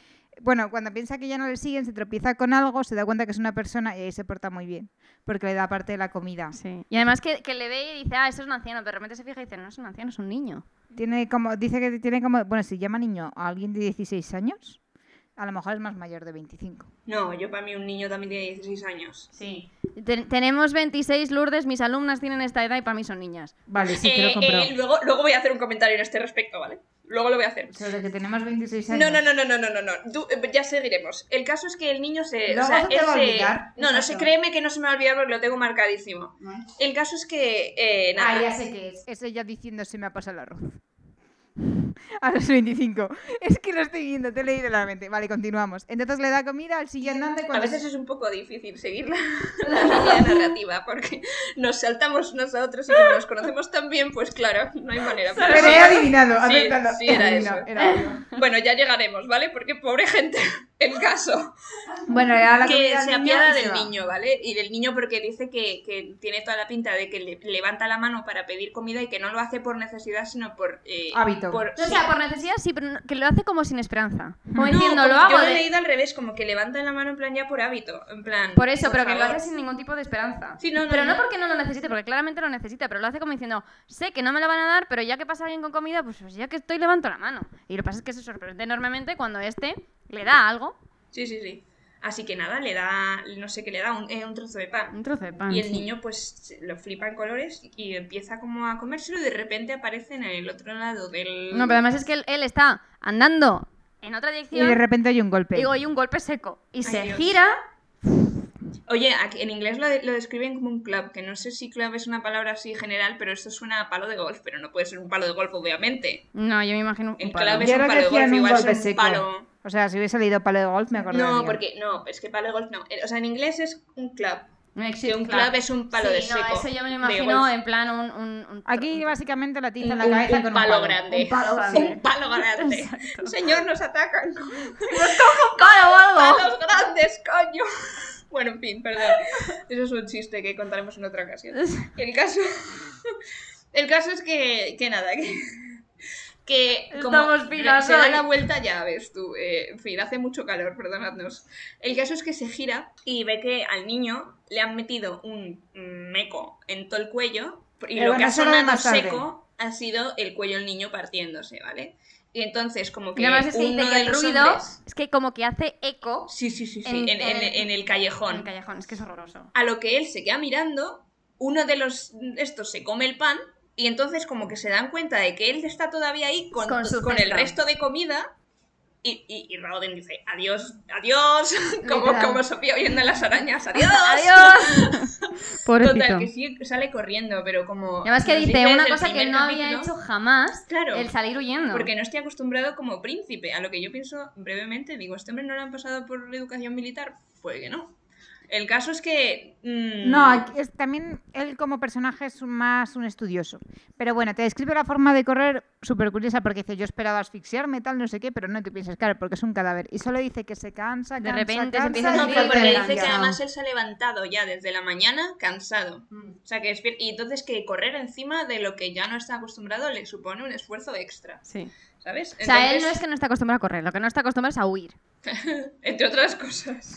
A: bueno, cuando piensa que ya no le siguen, se tropieza con algo, se da cuenta que es una persona y ahí se porta muy bien, porque le da parte de la comida.
B: Y además que, que le ve y dice, ah, eso es un anciano, pero de repente se fija y dice, no es un anciano, es un niño.
A: Tiene como, dice que tiene como, bueno, si llama niño a alguien de 16 años, a lo mejor es más mayor de 25.
C: No, yo para mí un niño también tiene 16 años.
B: Sí. tenemos 26 Lourdes, mis alumnas tienen esta edad y para mí son niñas.
A: Vale, sí, te
C: Eh,
A: lo compro.
C: eh, luego, luego voy a hacer un comentario en este respecto, ¿vale? Luego lo voy a hacer.
A: Sobre que tenemos 26 años.
C: No, no, no, no, no, no, no, no. Tú, eh, ya seguiremos. El caso es que el niño se.
A: Luego se te
C: él
A: va a
C: se-
A: olvidar.
C: No, no sé,
A: Exacto.
C: créeme que no se me va a olvidar porque lo tengo marcadísimo. El caso es que. eh, nada.
A: Ah, ya sé qué es. Es ella diciendo se me ha pasado el arroz. A los 25. Es que lo estoy viendo, te he leído la mente. Vale, continuamos. Entonces le da comida al siguiente andante
C: A
A: cuando...
C: veces es un poco difícil seguir la, la línea narrativa porque nos saltamos unos a otros y como nos conocemos tan bien, pues claro, no hay manera. Pero
A: Pero
C: sí,
A: he adivinado,
C: Sí,
A: acéptalo.
C: sí, era
A: He adivinado,
C: eso.
A: era eso.
C: Bueno, ya llegaremos, ¿vale? Porque pobre gente, el caso.
A: Bueno, le da la comida
C: que
A: al
C: se
A: niño
C: apiada
A: y se
C: del
A: va.
C: niño, ¿vale? Y del niño porque dice que, que tiene toda la pinta de que le- levanta la mano para pedir comida y que no lo hace por necesidad, sino por... eh,
A: Hábito.
C: por-
B: O
C: sí.
B: sea, por necesidad sí, pero no- que lo hace como sin esperanza. Como
C: No,
B: diciendo,
C: como-
B: lo hago
C: Yo lo he
B: de-
C: leído al revés, como que levanta la mano en plan ya por hábito, en plan...
B: Por eso, pero que lo
C: favor.
B: hace sin ningún tipo de esperanza.
C: Sí, no, no,
B: pero no,
C: no.
B: porque no lo necesite, porque claramente lo necesita, pero lo hace como diciendo, sé que no me lo van a dar, pero ya que pasa alguien con comida, pues, pues ya que estoy levanto la mano. Y lo que pasa es que se sorprende enormemente cuando este le da algo,
C: Sí, sí, sí. Así que nada, le da, no sé qué le da, un, eh, un trozo de pan.
B: un trozo de pan.
C: Y el
B: sí.
C: niño pues se- lo flipa en colores y empieza como a comérselo y de repente aparece en el otro lado del...
B: No, pero además es que él, él está andando en otra
A: Y de
B: dirección
A: repente hay un golpe.
B: y hay un golpe seco. Y se
C: Dios.
B: gira.
C: Oye, aquí- en inglés lo, de- lo describen como un club, que no sé si club es una palabra así general, pero esto suena a palo de golf, pero no puede ser un palo de golf, obviamente.
B: No, yo me imagino un
C: El
B: palo.
C: clave-
A: Yo
C: un
A: creo que
C: palo de
A: hacían
C: golf,
A: un
C: igual es
A: golpe
C: un
A: seco.
C: palo.
A: O sea, si hubiese leído palo de golf me acordaría.
C: No, porque no, es que palo de golf no. Eh, O sea, en inglés es un club.
B: No
C: Que
B: existe
C: un
B: clave.
C: club es un palo
B: Sí,
C: de
B: no,
C: seco.
B: eso yo me lo
C: de
B: imagino
C: golf.
B: en plan un... un- un-
A: Aquí básicamente la tiza en
C: Un-
A: la cabeza
C: un
A: con
C: palo
A: un palo
C: grande.
A: Un palo
C: Un palo grande. Señor, nos atacan.
B: un palo o algo.
C: ¡Palos grandes, coño! Bueno, en fin, perdón. Eso es un chiste que contaremos en otra ocasión. El caso. El caso es que. que nada, que. Que como
B: Estamos finas
C: se da
B: hoy.
C: la vuelta, ya ves tú. eh, en fin, hace mucho calor, perdonadnos. El caso es que se gira y ve que al niño le han metido un meco en todo el cuello
B: Eh,
C: y
A: Pero
C: lo que
A: bueno,
C: ha
A: eso lo ve
C: sonado
A: más tarde.
C: seco ha sido el cuello del niño partiéndose, ¿vale? Y entonces, como que.
B: Y además es que
C: uno
B: dice
C: de
B: que el
C: los
B: ruido
C: hombres-
B: es que como que hace eco
C: Sí, sí, sí, sí.
B: En-
C: En, en-
B: en-
C: en el
B: en
C: callejón.
B: el callejón. Es que es horroroso.
C: A lo que él se queda mirando, uno de los estos se come el pan y entonces como que se dan cuenta de que él está todavía ahí con, pues,
B: Con su
C: con el
B: cesta.
C: resto de comida y, y, y Raoden dice, adiós, adiós, como,
A: Literal.
C: como Sofía oyendo las arañas, adiós.
B: ¡Adiós!
C: Total, que sí sale corriendo, pero como...
B: Y además que
C: nos
B: dice una
C: desde el
B: cosa que
C: primer
B: no había
C: capítulo,
B: hecho jamás,
C: Claro.
B: el salir huyendo.
C: Porque no estoy acostumbrado como príncipe, a lo que yo pienso brevemente, digo, ¿este hombre no lo han pasado por educación militar? Puede que no. El caso es que. mm,
A: No, aquí es- también él como personaje es un- más un estudioso. Pero bueno, te describe la forma de correr súper curiosa porque dice, yo esperaba asfixiarme, tal, no sé qué, pero no te piensas, claro, porque es un cadáver. Y solo dice que se cansa,
B: De
A: cansa,
B: repente se
A: cansa,
B: empieza a
C: No,
A: y
B: sentir
A: cansa.
C: pero porque dice
B: cansancio.
C: que además él se ha levantado ya desde la mañana cansado.
B: Mm.
C: O sea, que despier- Y entonces que correr encima de lo que ya no está acostumbrado le supone un esfuerzo extra,
D: Sí.
C: ¿sabes?
B: O sea, él no
C: Entonces-
B: es que no está acostumbrado a correr, lo que no está acostumbrado es a huir.
C: entre otras cosas.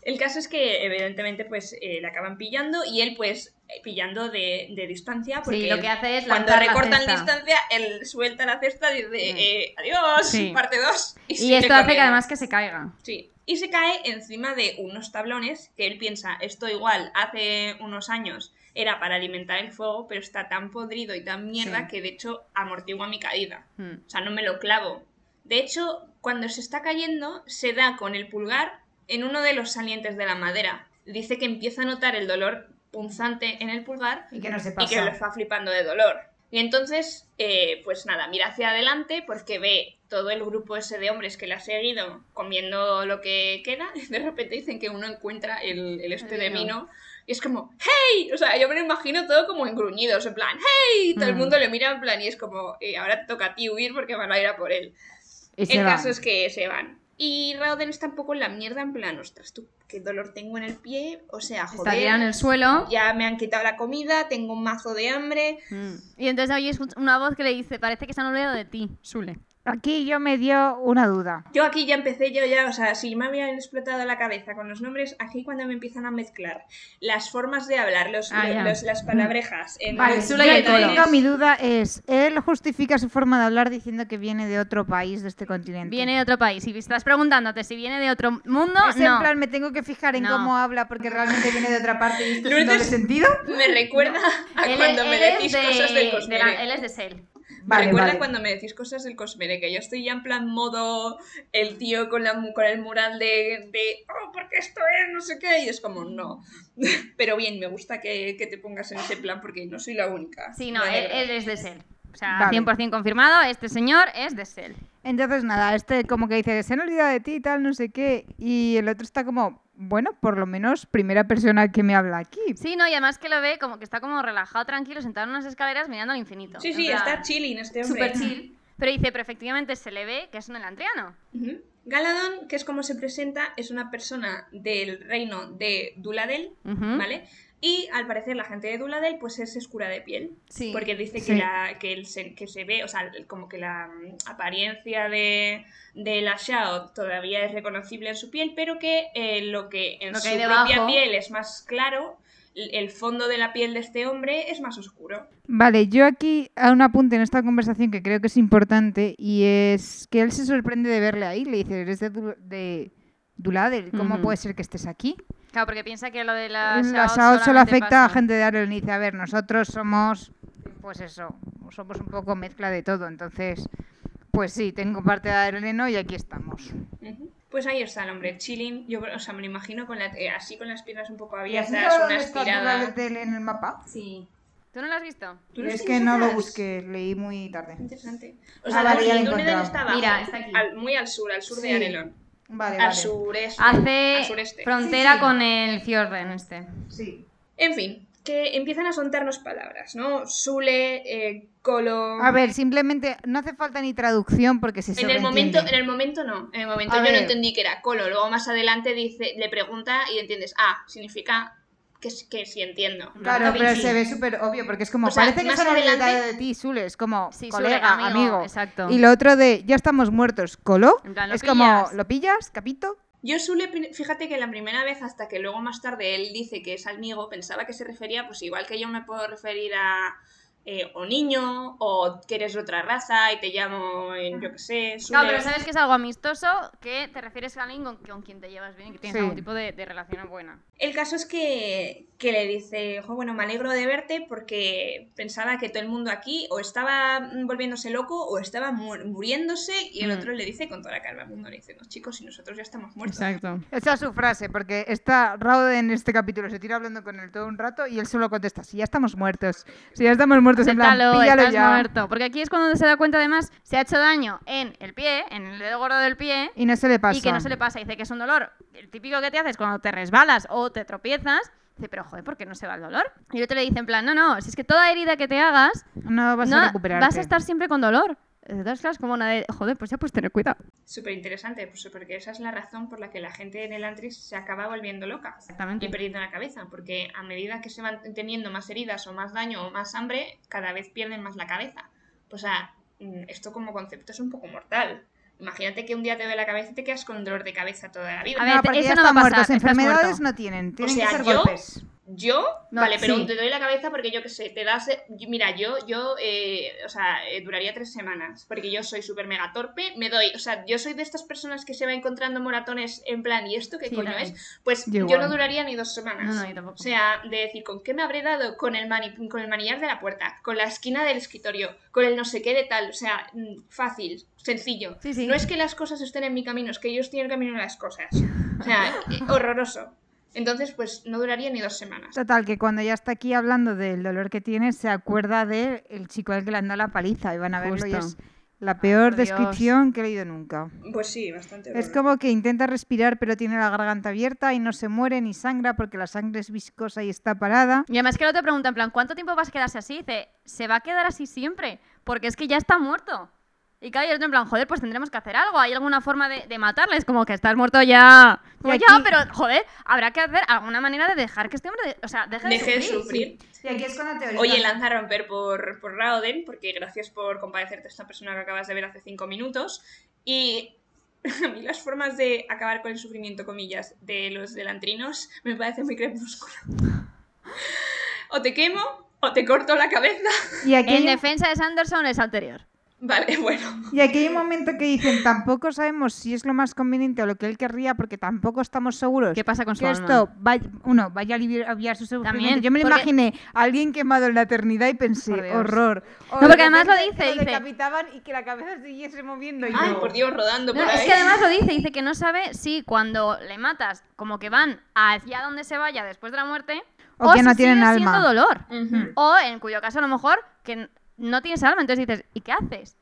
C: El caso es que, evidentemente, pues eh, le acaban pillando y él, pues, eh, pillando de, de distancia, porque
B: Sí, lo que hace es
C: cuando
B: lanzar la
C: recortan
B: cesta.
C: distancia, él suelta la cesta y dice,
D: Sí.
C: eh, adiós,
D: Sí.
C: parte 2.
B: Y esto hace que además que se caiga.
C: Sí, y se cae encima de unos tablones que él piensa, esto igual hace unos años era para alimentar el fuego, pero está tan podrido y tan mierda
D: Sí.
C: que de hecho amortigua mi caída.
D: Mm.
C: O sea, no me lo clavo. De hecho, cuando se está cayendo, se da con el pulgar en uno de los salientes de la madera. Dice que empieza a notar el dolor punzante en el pulgar
A: Y que no se
C: y que
A: pasa.
C: lo está flipando de dolor. Y entonces, eh, pues nada, mira hacia adelante porque ve todo el grupo ese de hombres que le ha seguido comiendo lo que queda. De repente dicen que uno encuentra el, el este
B: El
C: de
B: vino.
C: vino y es como, ¡hey! O sea, yo me lo imagino todo como engruñidos, en plan, ¡hey! Y todo el
D: Mm.
C: mundo le mira en plan y es como, eh, ahora te toca a ti huir porque van a ir a por él.
A: Y se
C: El
A: va.
C: caso es que se van. Y Rauden está un poco en la mierda, en plan, ostras, tú, qué dolor tengo en el pie, o sea,
B: Está
C: joder.
B: tirado en el suelo.
C: Ya me han quitado la comida, tengo un mazo de hambre.
D: Mm.
B: Y entonces ahí es una voz que le dice, parece que se han olvidado de ti, Sule.
A: Aquí yo me dio una duda.
C: Yo aquí ya empecé, yo ya, o sea, si me habían explotado la cabeza con los nombres, aquí cuando me empiezan a mezclar las formas de hablar, los,
B: Ah, ya.
C: los- las palabrejas. En
D: Vale,
C: los
D: Sula y el
A: Yo
D: colo.
A: tengo
C: detalles-
A: mi duda es, él justifica su forma de hablar diciendo que viene de otro país, de este continente.
B: Viene de otro país. Y estás preguntándote si viene de otro mundo,
A: es en
B: no.
A: plan, me tengo que fijar en
B: No.
A: cómo habla porque realmente viene de otra parte y esto es un
C: Lourdes-
A: doble sentido.
C: Me recuerda a
B: Él-
C: cuando
B: él
C: me
B: es
C: decís
B: de-
C: cosas del
B: de
C: Cosmere.
B: la- Él es de Sel.
A: Vale,
C: Recuerda
A: vale.
C: cuando me decís cosas del Cosmere, que yo estoy ya en plan modo el tío con, la, mu- con el mural de, de, oh, porque esto es no sé qué, y es como, no. Pero bien, me gusta que, que te pongas en ese plan porque no soy la única.
B: Sí, no,
C: Me
B: él,
C: alegra.
B: él es de Sel. O sea,
A: Vale.
B: 100% confirmado, este señor es de Sel.
A: Entonces, nada, este como que dice, se han olvidado de ti, tal, no sé qué. Y el otro está como, bueno, por lo menos primera persona que me habla aquí.
B: Sí, no, y además que lo ve como que está como relajado, tranquilo, sentado en unas escaleras mirando al infinito.
C: Sí,
B: En
C: sí,
B: plan,
C: está chilling este hombre.
B: súper chill. Pero dice, pero efectivamente se le ve que es un elantriano.
C: Ujú. Galadón, que es como se presenta, es una persona del reino de Duladel,
B: Ujú.
C: ¿vale? Y al parecer la gente de Duladel pues es escura de piel,
D: Sí.
C: porque dice que,
A: Sí.
C: la, que, el se, que se ve, o sea, como que la mm, apariencia de, de la Shao todavía es reconocible en su piel, pero que eh, lo que en
B: Lo que
C: su
B: hay
C: propia
B: debajo.
C: piel es más claro, l- el fondo de la piel de este hombre es más oscuro.
A: Vale, yo aquí a un apunte en esta conversación que creo que es importante y es que él se sorprende de verle ahí. Le dice, eres de, Du- de Duladel, ¿cómo
D: Ujú.
A: puede ser que estés aquí?
B: Claro, porque piensa que lo de
A: La
B: la Shaoth
A: SAO solo
B: Ah, solamente
A: afecta a
B: pasa.
A: gente de Arlen. Y dice, a ver, nosotros somos, pues eso, somos un poco mezcla de todo. Entonces, pues sí, tengo parte de Arleno y aquí estamos.
C: Ujú. Pues ahí está el hombre, chilling. Yo, o sea, me lo imagino con la, eh, así con las piernas un poco
A: ¿Y has
C: abiertas,
A: mirado
C: una
A: dónde está
C: estirada.
A: Duladel en el mapa?
C: Sí.
B: ¿Tú no lo has visto?
C: ¿Tú
A: es
C: tienes
A: que no lo
C: atrás?
A: busqué, leí muy tarde.
C: Interesante.
A: Ah,
C: O sea,
A: vale, ya lo he
C: el túnel
A: encontrado.
C: está abajo.
B: Mira, está aquí.
C: al- muy al sur, al sur
A: Sí.
C: de Arelón.
A: Vale,
C: Al
A: vale.
C: sureste.
B: Ah,
C: al
B: Hace
C: sureste.
B: frontera
A: Sí, sí.
B: con el Fjorden este.
A: Sí.
C: En fin, que empiezan a soltarnos palabras, ¿no? Sule, eh, Colo.
A: A ver, simplemente no hace falta ni traducción porque se
C: En el,
A: sobreentiende.
C: momento, en el momento no, en el momento
A: A
C: yo no
A: ver.
C: entendí que era colo, luego más adelante dice, le pregunta y entiendes, ah, significa que, s- que sí entiendo.
A: Claro,
C: Lo
A: pero
C: vi,
A: se ve súper obvio porque es como,
C: O sea,
A: parece que
C: más
A: se han olvidado
C: adelante-
A: de ti, Sule, es como,
B: Sí, su
A: colega,
B: amigo,
A: amigo.
B: Exacto.
A: Y lo otro de, ya estamos muertos, ¿colo?
B: En plan, lo
A: es
B: pillas.
A: como, ¿lo pillas, capito?
C: Yo Sule, pri- fíjate que la primera vez, hasta que luego más tarde él dice que es amigo, pensaba que se refería, pues igual que yo me puedo referir a eh, o niño, o que eres de otra raza y te llamo, en, yo qué sé, Sule.
B: Claro, pero sabes que es algo amistoso que te refieres a alguien con, con quien te llevas bien y que tienes
A: Sí.
B: algún tipo de, de relación buena.
C: El caso es que, que le dice, "Jo, bueno, me alegro de verte porque pensaba que todo el mundo aquí o estaba mm, volviéndose loco o estaba mu- muriéndose y el
D: Mm.
C: otro le dice con toda la calma al mundo, le dice, no chicos, si nosotros ya estamos muertos.
D: Exacto.
A: Esa es su frase, porque está Rauden en este capítulo, se tira hablando con él todo un rato y él solo contesta, si ya estamos muertos, si ya estamos muertos, en plan,
B: Acéptalo,
A: píllalo
B: estás
A: ya.
B: muerto. Porque aquí es cuando se da cuenta, además, se ha hecho daño en el pie, en el dedo gordo del pie,
A: Y no se le pasa.
B: y que no se le pasa. Dice que es un dolor el típico que te haces cuando te resbalas o te tropiezas, dice, pero joder, ¿por qué no se va el dolor? Y el otro le dice, en plan, no, no, si es que toda herida que te hagas,
A: No vas
B: no,
A: a recuperarte.
B: vas a estar siempre con dolor. Entonces, claro, es como una de, joder, pues ya puedes tener cuidado.
C: Súper interesante, pues porque esa es la razón por la que la gente en el antris se acaba volviendo loca y
B: Exactamente.
C: perdiendo la cabeza, porque a medida que se van teniendo más heridas o más daño o más hambre, cada vez pierden más la cabeza. O sea, mm, esto como concepto es un poco mortal. Imagínate que un día te duele la cabeza y te quedas con dolor de cabeza toda la vida.
B: A
A: No,
B: ver,
A: porque
B: eso
A: ya
B: no va
A: están
B: a pasar,
A: muertos.
B: estás
A: Enfermedades
B: muerto.
A: no tienen. Tienen
C: sea,
A: que ser
C: yo-
A: golpes.
C: Yo,
B: No,
C: vale, pero
B: sí.
C: te doy la cabeza porque yo que sé, te das. eh, yo- Mira, yo, yo, eh, o sea, eh, duraría tres semanas, porque yo soy súper mega torpe, me doy, o sea, yo soy de estas personas que se va encontrando moratones en plan, ¿y esto qué
B: Sí,
C: coño
B: la-
C: es? Pues
A: Yo
C: yo,
A: igual.
C: no duraría ni dos semanas.
B: No, no, yo tampoco.
C: O sea, de decir, ¿con qué me habré dado? Con el, mani- con el manillar de la puerta, con la esquina del escritorio, con el no sé qué de tal, o sea, mm, fácil, sencillo.
B: Sí, sí.
C: No es que las cosas estén en mi camino, es que yo estoy en el camino de las cosas. O sea, eh, horroroso. Entonces, pues no duraría ni dos semanas.
A: Total, que cuando ya está aquí hablando del dolor que tiene, se acuerda del el chico al que le han dado la paliza. Y van a verlo y es
B: Justo.
A: la peor
B: por Dios.
A: descripción que he leído nunca.
C: Pues sí, bastante.
A: Es
C: horror.
A: como que intenta respirar pero tiene la garganta abierta y no se muere ni sangra porque la sangre es viscosa y está parada.
B: Y además que no te pregunta, en plan, ¿cuánto tiempo vas a quedarse así? Dice, se va a quedar así siempre, porque es que ya está muerto. Y claro, yo en plan, joder, pues tendremos que hacer algo. ¿Hay alguna forma de, de matarle? Es como que estás muerto ya. Como
A: Y
B: ya,
A: aquí-
B: pero joder, habrá que hacer alguna manera de dejar que este hombre, de- o sea, deje de
C: Deje de
B: sufrir.
C: sufrir.
A: Y aquí es cuando te
C: Oye, lanza a romper por, por Raoden, porque gracias por compadecerte a esta persona que acabas de ver hace cinco minutos. Y a mí las formas de acabar con el sufrimiento, comillas, de los delantrinos me parecen muy crepúsculo. O te quemo, o te corto la cabeza.
A: Y aquí,
B: En
A: hay,
B: defensa de Sanderson es anterior.
C: Vale, bueno.
A: y aquí hay un momento que dicen tampoco sabemos si es lo más conveniente o lo que él querría porque tampoco estamos seguros.
B: ¿Qué pasa con su
A: que
B: alma?
A: esto vaya, uno vaya a aliviar su sufrimiento.
B: También,
A: Yo me lo
B: porque-
A: imaginé a alguien quemado en la eternidad y
B: Por
A: pensé,
B: Dios.
A: horror. O
B: No, porque
A: de
B: además lo
A: repente que
B: dice, dice-
A: decapitaban y que la cabeza siguiese moviendo. y
C: Ay,
A: yo-
C: por Dios, rodando
B: No,
C: por
B: es
C: ahí.
B: que además lo dice, dice que no sabe si cuando le matas, como que van hacia donde se vaya después de la muerte,
A: O que
B: si
A: no tienen
B: sigue
A: alma.
B: siendo dolor.
C: Ujú.
B: O en cuyo caso a lo mejor que n- no tienes alma, entonces dices, ¿y qué haces?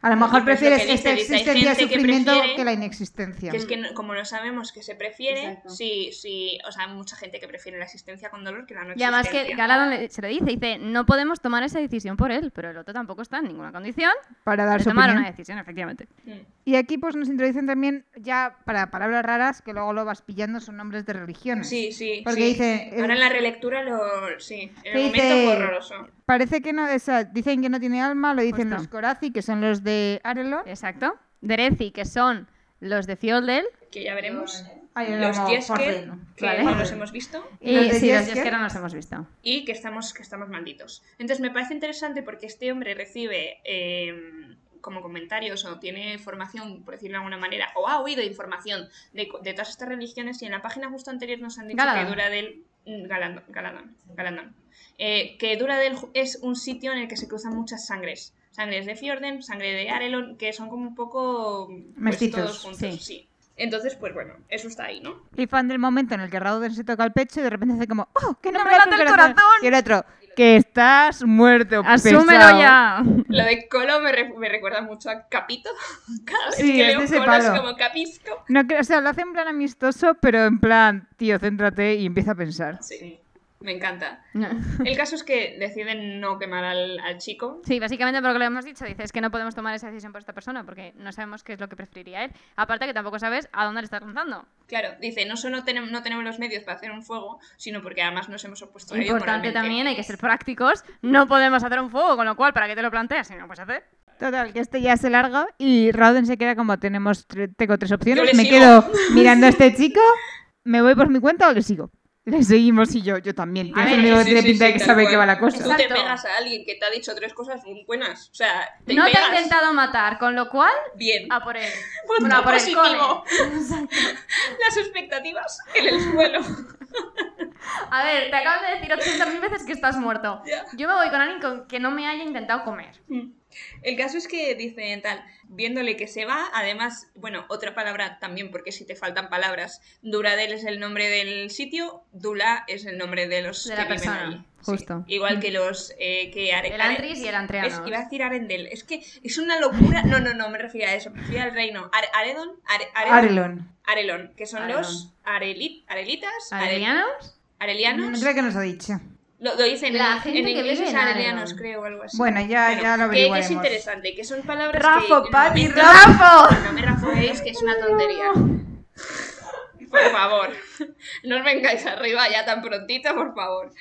A: A lo mejor
C: Pues lo
A: prefieres
C: que
A: esta
C: dice, dice, hay
A: existencia de
C: gente que
A: sufrimiento
C: prefiere-
A: que la inexistencia.
C: Que es que no- como no sabemos que se prefiere,
B: Exacto.
C: sí, sí, o sea, hay mucha gente que prefiere la existencia con dolor que la no
B: Y además que
C: existencia.
B: Galadón le- se lo dice, dice, no podemos tomar esa decisión por él, pero el otro tampoco está en ninguna condición
A: Para dar
B: de
A: su
B: tomar
A: opinión.
B: una decisión, efectivamente.
C: Mm.
A: Y aquí pues nos introducen también ya para palabras raras que luego lo vas pillando son nombres de religiones.
C: Sí, sí.
A: Porque
C: sí.
A: dice, eh,
C: Ahora en la relectura lo. Sí, en
A: que
C: el momento
A: dice-
C: fue horroroso.
A: Parece que no, o sea, dicen que no tiene alma, lo dicen
B: Justo.
A: los Corazi, que son los de Arelon.
B: Exacto. Derezi, que son los de Fioldel,
C: Que ya veremos.
A: Ay, el
C: Los
A: homo
C: Tiesker,
A: horreno.
C: que
B: Vale.
C: no los hemos visto.
A: ¿Y
B: y,
A: los de
B: sí, los
A: Jesker?
B: de Jesker no los hemos visto.
C: Y que estamos, que estamos malditos. Entonces me parece interesante porque este hombre recibe. eh, como comentarios o tiene formación, por decirlo de alguna manera, o ha oído información de, cu- de todas estas religiones y en la página justo anterior nos han dicho
B: Galadón.
C: que dura del... mm, Galadón, Galadón, Galadón. Eh, que Duradel ju- es un sitio en el que se cruzan muchas sangres. Sangres de Fjorden, sangre de Arelon, que son como un poco... pues,
A: Mestizos,
C: todos juntos,
B: sí.
C: sí. Entonces, pues bueno, eso está ahí, ¿no?
A: Y fan del momento en el que Rauden se toca el pecho y de repente hace como, ¡oh, que no,
B: ¡No
A: me
B: me
A: late el
B: late el
A: corazón!
B: corazón!
A: Y el otro, que estás muerto, pesado".
B: ¡Asúmelo ya!
C: Lo de Colo me, re- me recuerda mucho a Capito. Cada vez
A: Sí,
C: que
A: es
C: leo
A: de ese
C: Colo es
A: palo.
C: como Capisco.
A: No, creo- o sea, lo hace en plan amistoso, pero en plan, tío, céntrate y empieza a pensar.
C: Sí, me encanta. El caso es que deciden no quemar al, al chico.
B: Sí, básicamente por lo que le hemos dicho, dices que no podemos tomar esa decisión por esta persona porque no sabemos qué es lo que preferiría él. Aparte que tampoco sabes a dónde le estás lanzando.
C: Claro, dice, no solo tenemos, no tenemos los medios para hacer un fuego, sino porque además nos hemos opuesto a ello
B: Importante
C: moralmente.
B: también, hay que ser prácticos. No podemos hacer un fuego, con lo cual, ¿para qué te lo planteas si no lo puedes hacer?
A: Total, que este ya se larga y Rauden se queda como, tenemos, tre- tengo tres opciones,
C: le
A: me
C: sigo.
A: quedo mirando a este chico, me voy por mi cuenta o le sigo. Le seguimos y yo, yo también.
B: A
A: Tienes el
B: ver,
A: único que
C: sí,
A: tiene
C: sí,
A: pinta
C: sí,
A: de que
C: tal
A: sabe
C: cual.
A: que va la
C: Tú
A: cosa.
B: Exacto.
C: te pegas a alguien que te ha dicho tres cosas muy buenas. O sea, te
B: no te
C: pegas.
B: ha intentado matar, con lo cual,
C: Bien.
A: Ah,
B: a por él.
C: Punto
B: Bueno, a por el
C: positivo.
B: cole. Exacto.
C: Las expectativas en el suelo.
B: A ver, te acaban de decir 80.000 veces que estás muerto.
C: Ya.
B: Yo me voy con alguien con- que no me haya intentado comer.
C: El caso es que dicen tal, viéndole que se va, además, bueno, otra palabra también, porque si te faltan palabras, Duradel es el nombre del sitio, Dula es el nombre de los
B: De la
C: que viven
B: persona,
C: allí.
B: justo. Mm.
C: Igual que los eh, que Are-
B: El Antris y el Antreanos.
C: es- iba a decir Arendel, es que es una locura. No, no, no, me refiero a eso, me refiero al reino. Are- Aredon, Are- Aredon-
A: Arelon.
C: Arelon, que son
B: Arelon.
C: los Arelit, Arelitas, Are-
B: ¿Adrianos?
C: Arelianos.
A: Creo que nos ha dicho.
C: Lo, lo dicen
B: La
C: en,
B: gente
C: en
B: que
C: inglés
B: vive
C: es
B: en
C: arelianos,
B: Arelon.
C: creo, o algo así.
A: Bueno, ya- ya lo
C: que- que es
A: averiguaremos.
C: interesante, que son palabras
A: Rafa,
C: que...
A: Pati,
C: en el momento-
B: ¡Rafa!
C: No me rafoéis, que es una tontería. Por favor, no os vengáis arriba ya tan prontito, por favor.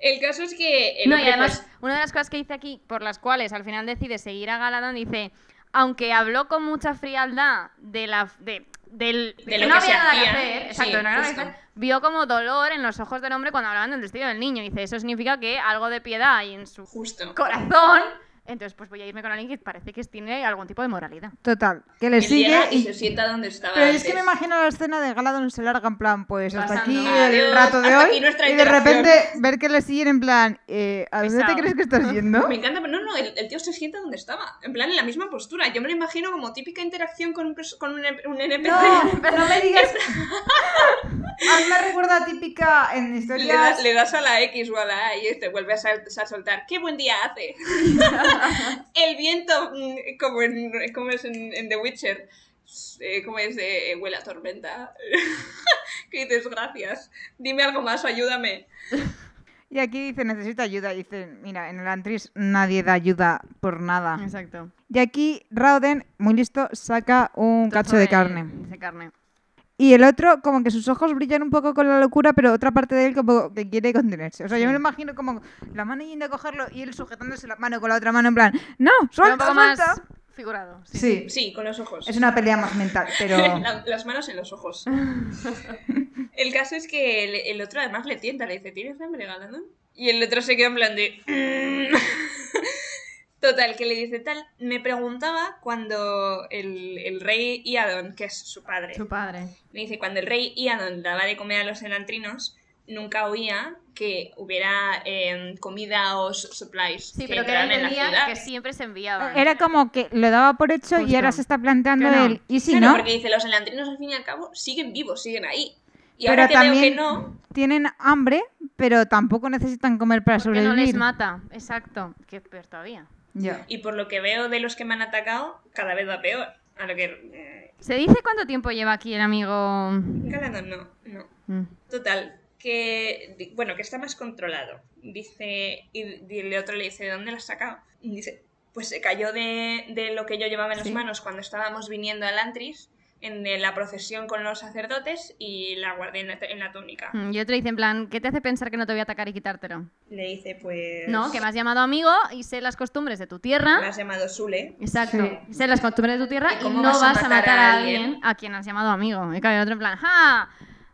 C: El caso es que... el
B: No, y
C: hombre,
B: además,
C: pues,
B: una de las cosas que dice aquí, por las cuales al final decide seguir a Galadón, dice, aunque habló con mucha frialdad de la... De, del,
C: De lo
B: no
C: que se
B: había nada que
C: hacía,
B: hacer,
C: sí,
B: exacto, no había nada que
C: justo.
B: hacer, vio como dolor en los ojos del hombre cuando hablaban del destino del niño. Dice, eso significa que algo de piedad hay en su
C: Justo.
B: corazón. Entonces, pues voy a irme con alguien que parece que tiene algún tipo de moralidad.
A: Total, que le
C: él llega
A: sigue
C: y
A: y...
C: se sienta donde estaba
A: Pero es que
C: antes.
A: me imagino la escena de Galadón se larga en plan, pues hasta
B: Pasando.
A: aquí
C: Adiós,
A: el rato de
C: hasta
A: hoy.
C: aquí nuestra
A: Y de
C: interacción.
A: repente ver que le siguen en plan, eh, ¿a dónde
B: Pesado.
A: te crees que estás yendo?
C: Me encanta, pero no, no, el, el tío se sienta donde estaba, en plan en la misma postura. Yo me lo imagino como típica interacción con un, pers- con un, un NPC.
A: no me digas. A mí me recuerda a típica en
C: Le,
A: historias.
C: da- le das a la X o a la A y te vuelve a, sal- a soltar. ¡Qué buen día hace! el viento, mm, como, en, como es en, en The Witcher, eh, como es de eh, huele a tormenta. que dices, gracias. Dime algo más, ayúdame.
A: Y aquí dice, necesita ayuda. Y dice, mira, en el Antris nadie da ayuda por nada.
C: Mm.
B: Exacto.
A: Y aquí Rauden, muy listo, saca un cacho de carne.
B: De carne.
A: Y el otro, como que sus ojos brillan un poco con la locura, pero otra parte de él como que quiere contenerse. O sea, yo me lo imagino como la mano yendo a cogerlo y él sujetándose la mano con la otra mano en plan, ¡No!
B: Pero un
A: ¡Suelta,
B: poco
A: suelta!
B: más figurado. Sí.
A: Sí,
C: Sí, con los ojos.
A: es una pelea más mental, pero...
C: La- las manos en los ojos. el caso es que el, el otro además le tienta, le dice, ¿tienes hambre, Galadón? Y el otro se queda en plan de... "Mm". Total, que le dice tal, me preguntaba cuando el, el rey Iadon, que es su padre,
B: Su padre.
C: me dice, cuando el rey Iadon daba de comer a los elantrinos, nunca oía que hubiera eh, comida o su- supplies
B: Sí, pero que él
C: entraran en la
B: entendía
C: ciudad.
B: que siempre se enviaban.
A: Era como que lo daba por hecho y
B: Justo.
A: ahora se está planteando
B: Que no.
A: el... ¿Y si no?
C: Claro, porque dice, los elantrinos al fin y al cabo siguen vivos, siguen ahí. Y
A: Pero
C: ahora que veo
A: también-
C: que no,
A: tienen hambre, pero tampoco necesitan comer para
B: Porque no les
A: sobrevivir.
B: mata, exacto. Que es peor todavía.
A: Ya.
C: Y por lo que veo de los que me han atacado, cada vez va peor. A lo que. eh,
B: ¿Se dice cuánto tiempo lleva aquí el amigo?
C: Galadón no, no.
B: Mm.
C: Total, que. di- Bueno, que está más controlado. Dice. Y, y el otro le dice: ¿De dónde lo has sacado? Y dice: Pues se cayó de, de lo que yo llevaba en las
B: Sí.
C: manos cuando estábamos viniendo al Antris, en eh, la procesión con los sacerdotes, y la guardé en la, en la túnica.
B: Mm, Y otro dice en plan, ¿qué te hace pensar que no te voy a atacar y quitártelo?
C: Le dice: Pues.
B: No, que me has llamado amigo y sé las costumbres de tu tierra.
C: me has llamado Sule.
B: Exacto.
A: Sí.
B: Sé las costumbres de tu tierra
C: ¿Y
B: y,
C: cómo
B: no vas, a matar a alguien, a quien has llamado amigo. Y claro, el otro en plan, ¡ja!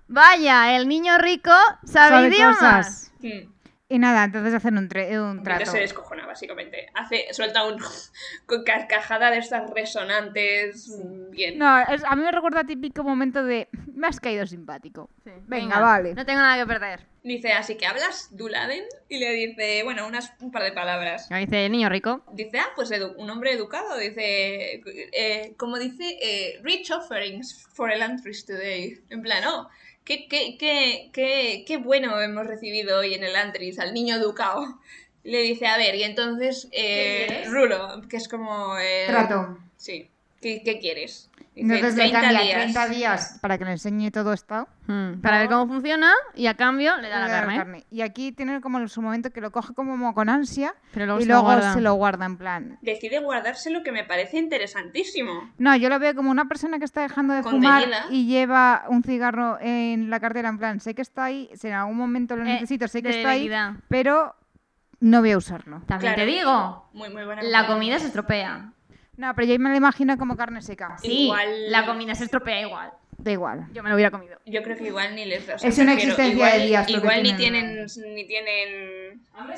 B: Vaya, el niño rico sabe,
A: Sabe
B: idiomas.
A: cosas.
C: Mm.
A: Y nada, entonces hacen un, tre- un
C: Entonces
A: trato.
C: se descojona, básicamente. Hace, suelta un con carcajada de estas resonantes. Bien.
A: No, es- a mí me recuerda típico momento de me has caído simpático.
B: Sí, venga,
A: vale.
B: No tengo nada que perder.
C: Dice, así que hablas Duladen y le dice, bueno, unas, un par de palabras.
B: Ahí dice el niño rico.
C: Dice, ah, pues edu- un hombre educado. Dice, eh, como dice, eh, rich offerings for Elantris today. En plan, oh, qué, qué, qué, qué, qué bueno hemos recibido hoy en Elantris al niño educado. Le dice, a ver, y entonces, eh,
B: ¿Qué quieres?
C: Rulo, que es como... eh, Sí. ¿Qué, qué quieres? Dice,
A: Entonces le
C: 30
A: cambia
C: días.
A: 30 días para que le enseñe todo esto.
B: Mm, Para
A: No.
B: ver cómo funciona y a cambio le da la
A: Le da
B: carne.
A: Y aquí tiene como su momento que lo coge como con ansia
B: Pero luego
A: y
B: se lo
A: luego
B: guarda.
A: se lo guarda en plan.
C: Decide guardárselo que me parece interesantísimo.
A: No, yo lo veo como una persona que está dejando de
C: Contenida.
A: fumar y lleva un cigarro en la cartera en plan, sé que está ahí, si en algún momento lo
B: Eh,
A: necesito, sé que
B: de
A: está ahí,
B: debilidad.
A: pero no voy a usarlo.
B: También
C: Claro.
B: te digo,
C: Muy, muy buena.
B: la comida se estropea.
A: No, pero yo me lo imagino como carne seca.
B: Sí,
C: Igual-
B: la comida se estropea igual.
A: Da igual.
B: Yo me lo hubiera comido.
C: Yo creo que igual ni les da. o
A: Es una
C: prefiero-
A: existencia
C: igual-
A: de días lo que
C: Igual ni tienen,
A: tienen.
C: ni tienen. Hambre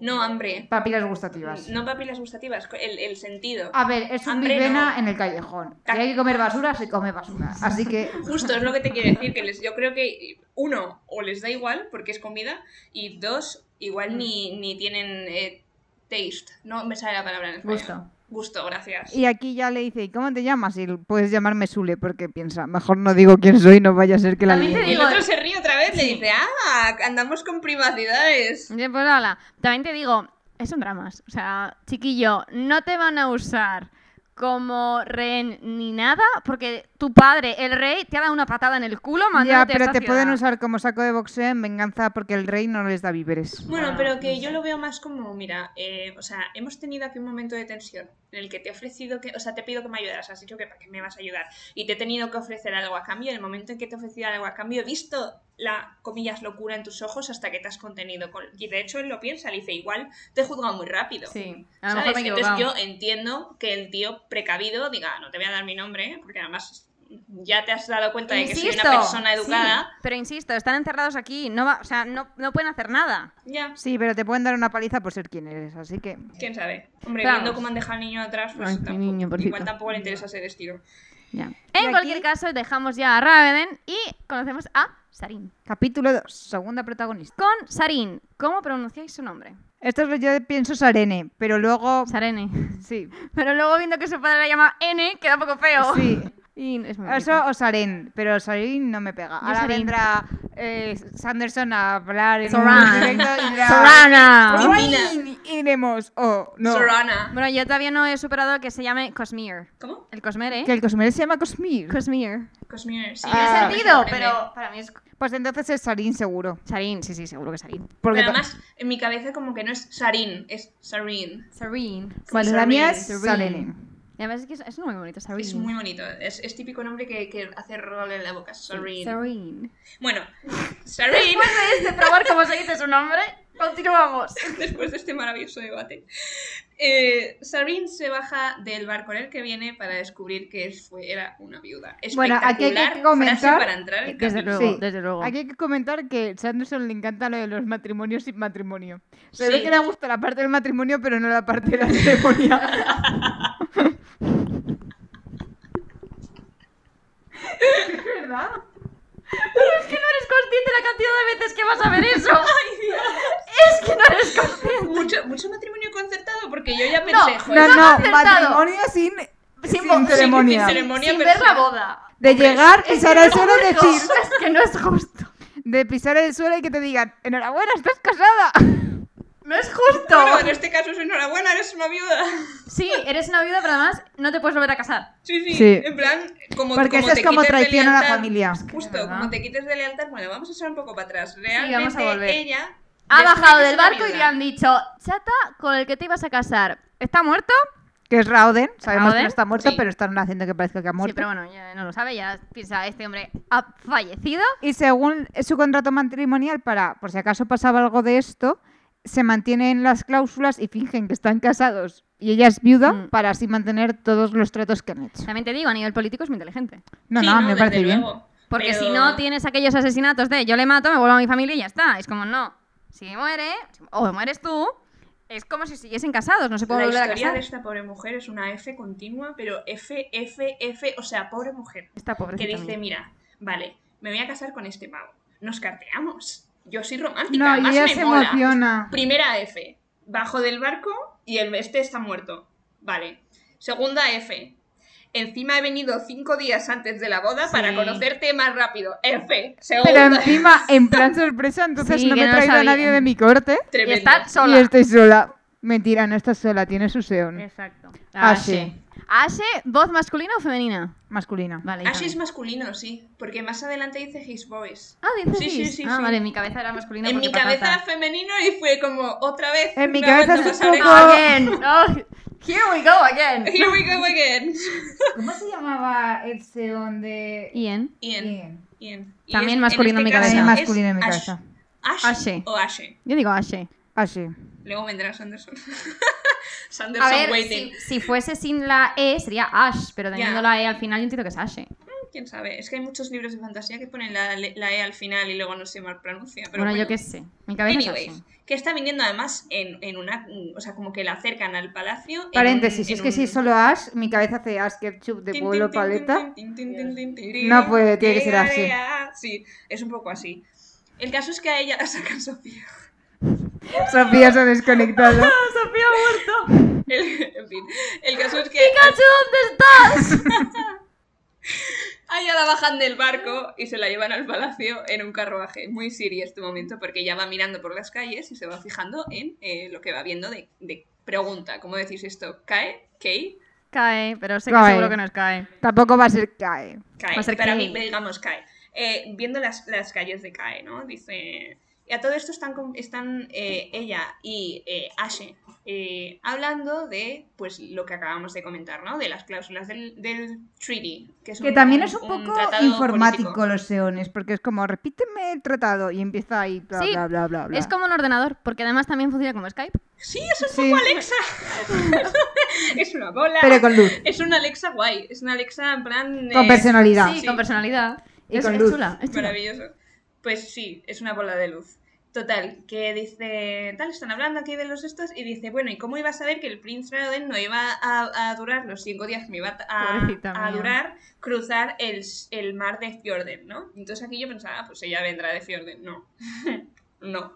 C: No, hambre.
A: Papilas gustativas.
C: No papilas gustativas, el, el sentido.
A: A ver, es un
C: Hambre
A: vivena
C: no.
A: en el callejón. Si
C: Ca-
A: hay que comer basura, se come basura. Así que
C: Justo es lo que te quiero decir, que les, yo creo que uno, o les da igual porque es comida, y dos, igual ni, ni tienen eh, taste. No me sale la palabra en español.
A: Gusto.
C: Gusto, gracias.
A: Y aquí ya le dice, ¿y cómo te llamas? Y puedes llamarme Sule, porque piensa, mejor no digo quién soy, no vaya a ser que la
B: También te
A: líe".
C: Y el
B: digo-
C: otro se ríe otra vez, le dice, ah, andamos con privacidades.
B: Ya, Pues ala. También te digo, son dramas. O sea, chiquillo, no te van a usar como rehén ni nada, porque tu padre, el rey, te ha dado una patada en el culo
A: Ya,
B: mandándote a
A: pero
B: esta
A: te pueden
B: ciudad.
A: usar como saco de boxeo en venganza porque el rey no les da víveres.
C: Bueno,
B: Bueno,
C: pero
B: no
C: que yo lo veo más como, mira, eh, o sea, hemos tenido aquí un momento de tensión en el que te he ofrecido que, o sea, te pido que me ayudaras, has dicho que para qué me vas a ayudar y te he tenido que ofrecer algo a cambio. En el momento en que te he ofrecido algo a cambio, he visto la, comillas, locura en tus ojos hasta que te has contenido. con- Y de hecho él lo piensa, le dice, igual te he juzgado muy rápido.
B: Sí, a lo
C: ¿Sabes?
B: mejor me he
C: Entonces yo
B: equivocado.
C: entiendo que el tío precavido diga, "Ah, no te voy a dar mi nombre, ¿eh? porque además ya te has dado cuenta de que soy una
B: Insisto,
C: persona
B: sí,
C: educada.
B: pero insisto, están encerrados aquí, no va- o sea, no, no pueden hacer nada.
C: Ya,
A: Sí, pero te pueden dar una paliza por ser quien eres, así que...
C: quién sabe. Hombre,
B: Vamos.
C: viendo cómo han dejado al niño atrás, pues
B: Ay, mi
C: tampoco,
B: niño, pobrecito.
C: igual tampoco le interesa ese destino.
B: En
A: Y
B: cualquier
A: aquí-
B: caso, dejamos ya a Raveden y conocemos a Sarin.
A: Capítulo 2, segunda protagonista.
B: Con Sarin, ¿cómo pronunciáis su nombre?
A: Esto es lo que yo pienso Sarene, pero luego...
B: Sarene.
A: Sí,
B: Pero luego viendo que su padre la llama N, queda un poco feo.
A: sí.
B: Y es muy
A: Eso o Saren, pero Saren no me pega.
B: Yo
A: Ahora
B: Saren.
A: vendrá eh, Sanderson a hablar en
B: Soran.
A: un directo y dirá,
B: Sorana.
A: "Sorin, Iremos, oh, no.
C: Sorana.
B: Bueno, yo todavía no he superado que se llame Cosmere.
C: ¿Cómo?
B: El Cosmere, ¿eh?
A: Que el Cosmere se llama Cosmere.
B: Cosmere.
C: Cosmere. Sí,
A: Tiene Ah.
B: Tiene
C: me
B: sentido,
C: sorprende.
B: pero para mí es...
A: Pues entonces es Sarin seguro.
B: Sarin, sí, sí, seguro que Sarin.
A: Porque
C: Pero además, en mi cabeza como que no es Sarin, es Sarin.
B: Sarin.
A: pa- bueno, la mía es
C: Sarin.
A: Sarene.
B: Y además es que es, es un nombre muy bonito, Sarin.
C: Es muy bonito, es, es típico nombre que, que hace rol en la boca, Sarin.
B: Sarin.
C: Bueno, Sarin,
B: Después de probar cómo se dice su nombre, continuamos.
C: después de este maravilloso debate, eh, Sarin se baja del barco en el que viene para descubrir que es- fue- era una viuda.
A: Bueno, aquí hay que
C: Espectacular
A: comentar-
C: frase para entrar en
B: Desde
C: capítulo.
B: luego,
A: Sí.
B: desde luego.
A: Aquí hay que comentar que Sanderson le encanta lo de los matrimonios sin matrimonio. Se
C: Sí.
A: ve que le gusta la parte del matrimonio, pero no la parte de la ceremonia.
B: Es que no eres consciente la cantidad de veces que vas a ver eso. Es que no eres consciente.
C: Mucho, mucho matrimonio concertado porque yo ya
B: No,
C: pensé, joder,
A: no, no,
B: acertado.
A: matrimonio sin, sin
B: bo- sin- sin
A: ceremonia.
C: sin ceremonia.
B: Sin ver
C: pero
B: la
C: sí.
B: boda.
A: de llegar,
B: Es
A: pisar
B: que
A: el
B: no es
A: suelo y
B: justo.
A: decir,
B: Es que no es justo.
A: de pisar el suelo y que te digan, enhorabuena, estás casada.
B: No es justo.
C: Bueno, en este caso es enhorabuena, eres una viuda.
B: Sí, eres una viuda, pero además no te puedes volver a casar.
C: Sí, sí,
A: Sí.
C: en plan, como
A: Porque eso
C: como
A: es
C: te
A: como
C: quites de
A: traición a la
C: lealtad-
A: familia.
C: Justo,
B: verdad.
C: como te quites de lealtad, bueno, vamos a echar un poco para atrás. Realmente
B: vamos a volver.
C: ella
B: Ha
C: descubre
B: bajado
C: que es
B: del
C: una
B: barco y
C: viuda.
B: le han dicho, chata, con el que te ibas a casar, ¿está muerto?
A: Que es Rauden, sabemos que
B: Raoden,
A: no está muerto,
C: sí.
A: pero están haciendo que parezca que ha
B: Sí,
A: muerto.
B: pero bueno, ya no lo sabe, ya piensa, este hombre ha fallecido.
A: Y según su contrato matrimonial, para por si acaso pasaba algo de esto, se mantienen las cláusulas y fingen que están casados. Y ella es viuda
B: Mm.
A: para así mantener todos los tratos que han hecho.
B: También te digo, a nivel político es muy inteligente.
A: No,
C: Sí,
A: no, me
C: desde
A: parece bien.
C: luego.
B: Porque
C: Pero-
B: si no tienes aquellos asesinatos de yo le mato, me vuelvo a mi familia y ya está. Es como, no. Si muere, o mueres tú, es como si siguiesen casados, no se puede
C: La
B: volver a
C: historia
B: casar.
C: de esta pobre mujer es una F continua, pero F, F, F, o sea, pobre mujer.
B: Esta
C: Que
B: pobrecita
C: dice,
B: mía.
C: mira, vale, me voy a casar con este pavo. Nos carteamos. Yo soy romántica,
A: No, y
C: además
A: ella
C: me
A: se
C: mola.
A: emociona.
C: Primera F, bajo del barco y el este está muerto. Vale. Segunda F, encima he venido cinco días antes de la boda para
B: Sí.
C: conocerte más rápido. F,
A: Pero
C: segunda.
A: encima, en plan sorpresa, entonces
B: Sí,
A: no
B: que
A: me he
B: no lo
A: traído a
B: sabía.
A: nadie de mi corte.
B: Y
C: Tremendo.
B: está
A: Y
B: sola.
A: estoy sola. Eh. Mentira, no estás sola, tiene su seón.
B: Exacto.
A: Ashe.
B: Ashe, voz masculina o femenina.
A: Masculina.
B: Vale.
C: Así
B: también.
C: es masculino, sí, porque más adelante dice his voice.
B: Ah, dices.
C: Sí, sí, sí,
B: Ah,
C: sí.
B: vale, en mi cabeza era masculina.
C: en
B: porque
C: mi cabeza
B: patata. Ah,
C: femenino y fue como otra vez.
A: En mi
C: una
A: cabeza
C: vuelta
A: es
C: más
A: un
C: oreja.
A: poco-
B: Again. Oh, here we go again.
C: Here we go again.
A: ¿Cómo se llamaba el seón de
B: Ian.
C: Ian, Ian. Y
B: También
C: es-
B: masculino en mi
C: caso
B: cabeza.
A: También
C: es
A: masculino en mi
C: Ash-
A: casa. Ah,
C: Ash,
B: Ashe.
C: o Ashe.
B: Yo digo Ashe.
A: Así.
C: Luego vendrá Sanderson.
B: A
C: Sanderson
B: ver,
C: waiting.
B: si, si fuese sin la E sería Ash, pero teniendo
C: Ya.
B: la E al final yo entiendo que es Ashe.
C: ¿Quién sabe? Es que hay muchos libros de fantasía que ponen la, la E al final y luego no se mal pronuncia. Pero
B: bueno,
C: bueno.
B: yo qué sé. Mi cabeza es
C: Anyways,
B: así.
C: que está viniendo además en, en una. mm, O sea, como que la acercan al palacio. en un-
A: Paréntesis,
C: en
A: es que
C: un-
A: si solo Ash, mi cabeza hace Ash Ketchup de
C: Tin,
A: pueblo
C: tin, tin,
A: paleta.
C: tin, tin, tin, tin, tin, tin,
A: No puede, tiene que ser así.
C: Llegaré a- Sí, es un poco así. El caso es que a ella la sacan Sofía.
A: Sofía se ha desconectado.
C: Ah,
B: Sofía ha muerto.
C: El, en fin, el caso es que
B: Pikachu, ¿dónde estás?
C: a ella la bajan del barco y se la llevan al palacio en un carruaje. Muy serio este momento porque ella va mirando por las calles y se va fijando en eh, lo que va viendo de, de pregunta. ¿Cómo decís esto? ¿Cae? ¿Kei?
B: Cae, pero sé que
A: Cae.
B: seguro que no es cae.
A: Tampoco va a ser CAE.
C: Cae.
B: Va a ser
C: Para
B: Kei.
C: mí, digamos, cae. Eh, viendo las, las calles de Cae, ¿no? Dice. Y a todo esto están, con- están eh, ella y eh, Ashe eh, hablando de pues lo que acabamos de comentar, ¿no? De las cláusulas del, del treaty. Que, es
A: Que
C: un-
A: también es un poco
C: tratado
A: informático
C: político.
A: los seones, porque es como repíteme el tratado y empieza ahí bla
B: Sí,
A: bla bla bla. bla.
B: Es como un ordenador, porque además también funciona como Skype.
C: Sí, es un
A: Sí.
C: poco Alexa. es una bola.
A: Pero con luz
C: Es una Alexa guay. Es una Alexa en plan.
A: Con
C: eh,
A: personalidad.
B: Sí,
C: Sí.
B: con personalidad.
A: Y
B: es,
A: con
B: es
A: luz.
B: chula, es chula.
C: Maravilloso. Pues sí, es una bola de luz. Total, que dice, tal, están hablando aquí de los estos, y dice, bueno, ¿y cómo iba a saber que el Prince Raden no iba a, a durar los cinco días que me iba a,
B: Pobrecita
C: a
B: mía.
C: durar cruzar el, s- el mar de Fjorden, ¿no? Entonces aquí yo pensaba, ah, pues ella vendrá de Fjorden. No, no.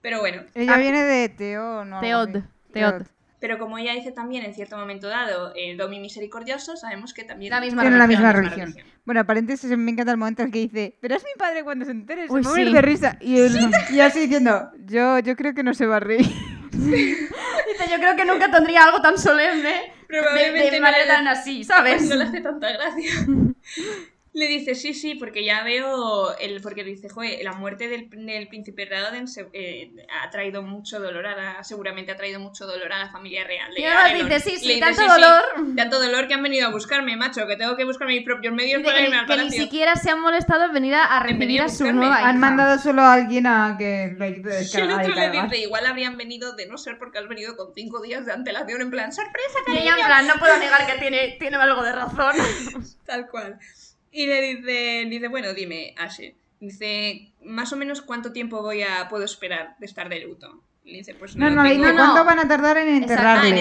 C: Pero bueno,
A: Ella
B: Ah.
A: viene de Teo, ¿no? algo
B: Teod,
A: así.
B: Teod.
C: pero como ella dice también en cierto momento dado, el Domi Misericordioso, sabemos que también
B: La misma
A: Tiene la misma religión. Bueno, paréntesis, me encanta el momento en el que dice, pero es mi padre cuando se entere, se
B: Uy,
A: va a morir
B: sí.
A: de risa. Y, él- y así diciendo, yo, yo creo que no se va a reír.
B: Dice, yo creo que nunca tendría algo tan solemne de,
C: Probablemente
B: de
C: no
B: manera
C: le-
B: tan así, ¿sabes?
C: No le hace tanta gracia. Le dice, sí, sí, porque ya veo, el, porque dice, joder, la muerte del, del príncipe Radoden se- eh, ha traído mucho dolor a la, seguramente ha traído mucho dolor a la familia real.
B: Y
C: Le-
B: además
C: a Elon-
B: dice, sí, sí,
C: le
B: tanto dolor.
C: tanto dolor que han venido a buscarme, macho, que tengo que buscar mis propios medios
B: Dice
C: para
B: que,
C: irme al
B: que ni
C: palacio".
B: siquiera se han molestado en venir a, a
C: En
B: recibir
C: venir a
B: a su
C: buscarme.
B: nueva hija.
A: Han mandado solo a alguien a que lo ayude a
C: Y el
A: descargar
C: otro
A: el
C: le
A: cargador.
C: dice, igual habrían venido de no ser porque han venido con cinco días de antelación, en plan, sorpresa,
B: Y
C: cariño.
B: ella en plan, no puedo negar que tiene, tiene algo de razón.
C: Tal cual. Y le dice, dice, bueno, dime, Ashe. Dice, más o menos cuánto tiempo voy a puedo esperar de estar de luto. Y le dice, pues
A: No,
C: nada,
A: no, le
C: tengo-
A: dice,
B: no.
A: ¿cuánto van a tardar en
B: Exacto, Ah,
C: Ah,
A: enterrarle?
B: en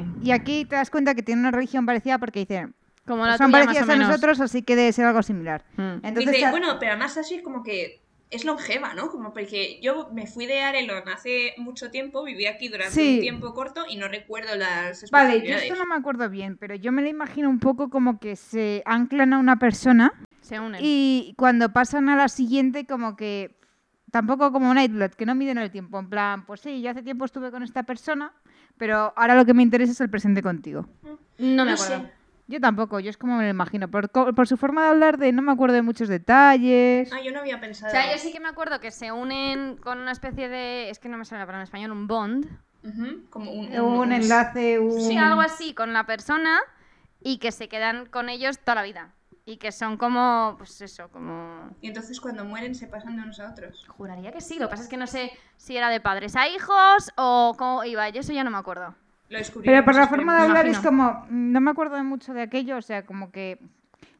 B: enterrarle.
A: Y aquí te das cuenta que tiene una religión parecida porque dicen,
B: Como la
A: Pues son
B: tuya, más o
A: parecidas a
B: menos.
A: nosotros, así que debe ser algo similar.
B: Mm.
A: Entonces,
C: dice,
A: ya-
C: bueno, pero además Ashe es como que es longeva, ¿no? Como porque yo me fui de Arelon hace mucho tiempo, viví aquí durante
A: Sí.
C: un tiempo corto y no recuerdo las
A: Vale, yo
C: especificidades.
A: esto no me acuerdo bien, pero yo me lo imagino un poco como que se anclan a una persona
B: Se unen.
A: y cuando pasan a la siguiente como que tampoco como un Nightblood, que no miden el tiempo, en plan, pues sí, yo hace tiempo estuve con esta persona, pero ahora lo que me interesa es el presente contigo.
B: No me
C: no
B: acuerdo.
C: sé.
A: Yo tampoco, yo es como me lo imagino, por, co- por su forma de hablar de no me acuerdo de muchos detalles.
C: Ah, yo no había pensado.
B: O sea, yo sí que me acuerdo que se unen con una especie de. Es que no me sale la palabra en español, un bond.
C: Ujú, como un,
A: Un, enlace, un...
B: Sí, algo así con la persona y que se quedan con ellos toda la vida. Y que son como. Pues eso, como.
C: Y entonces cuando mueren se pasan de unos a otros.
B: Juraría que sí, lo que pasa es que no sé si era de padres a hijos o cómo iba. Yo eso ya no me acuerdo.
C: Lo descubrí.
A: Pero por la forma de
B: pues, me
A: hablar es
B: imagino.
A: como, mm, no me acuerdo de mucho de aquello, o sea, como que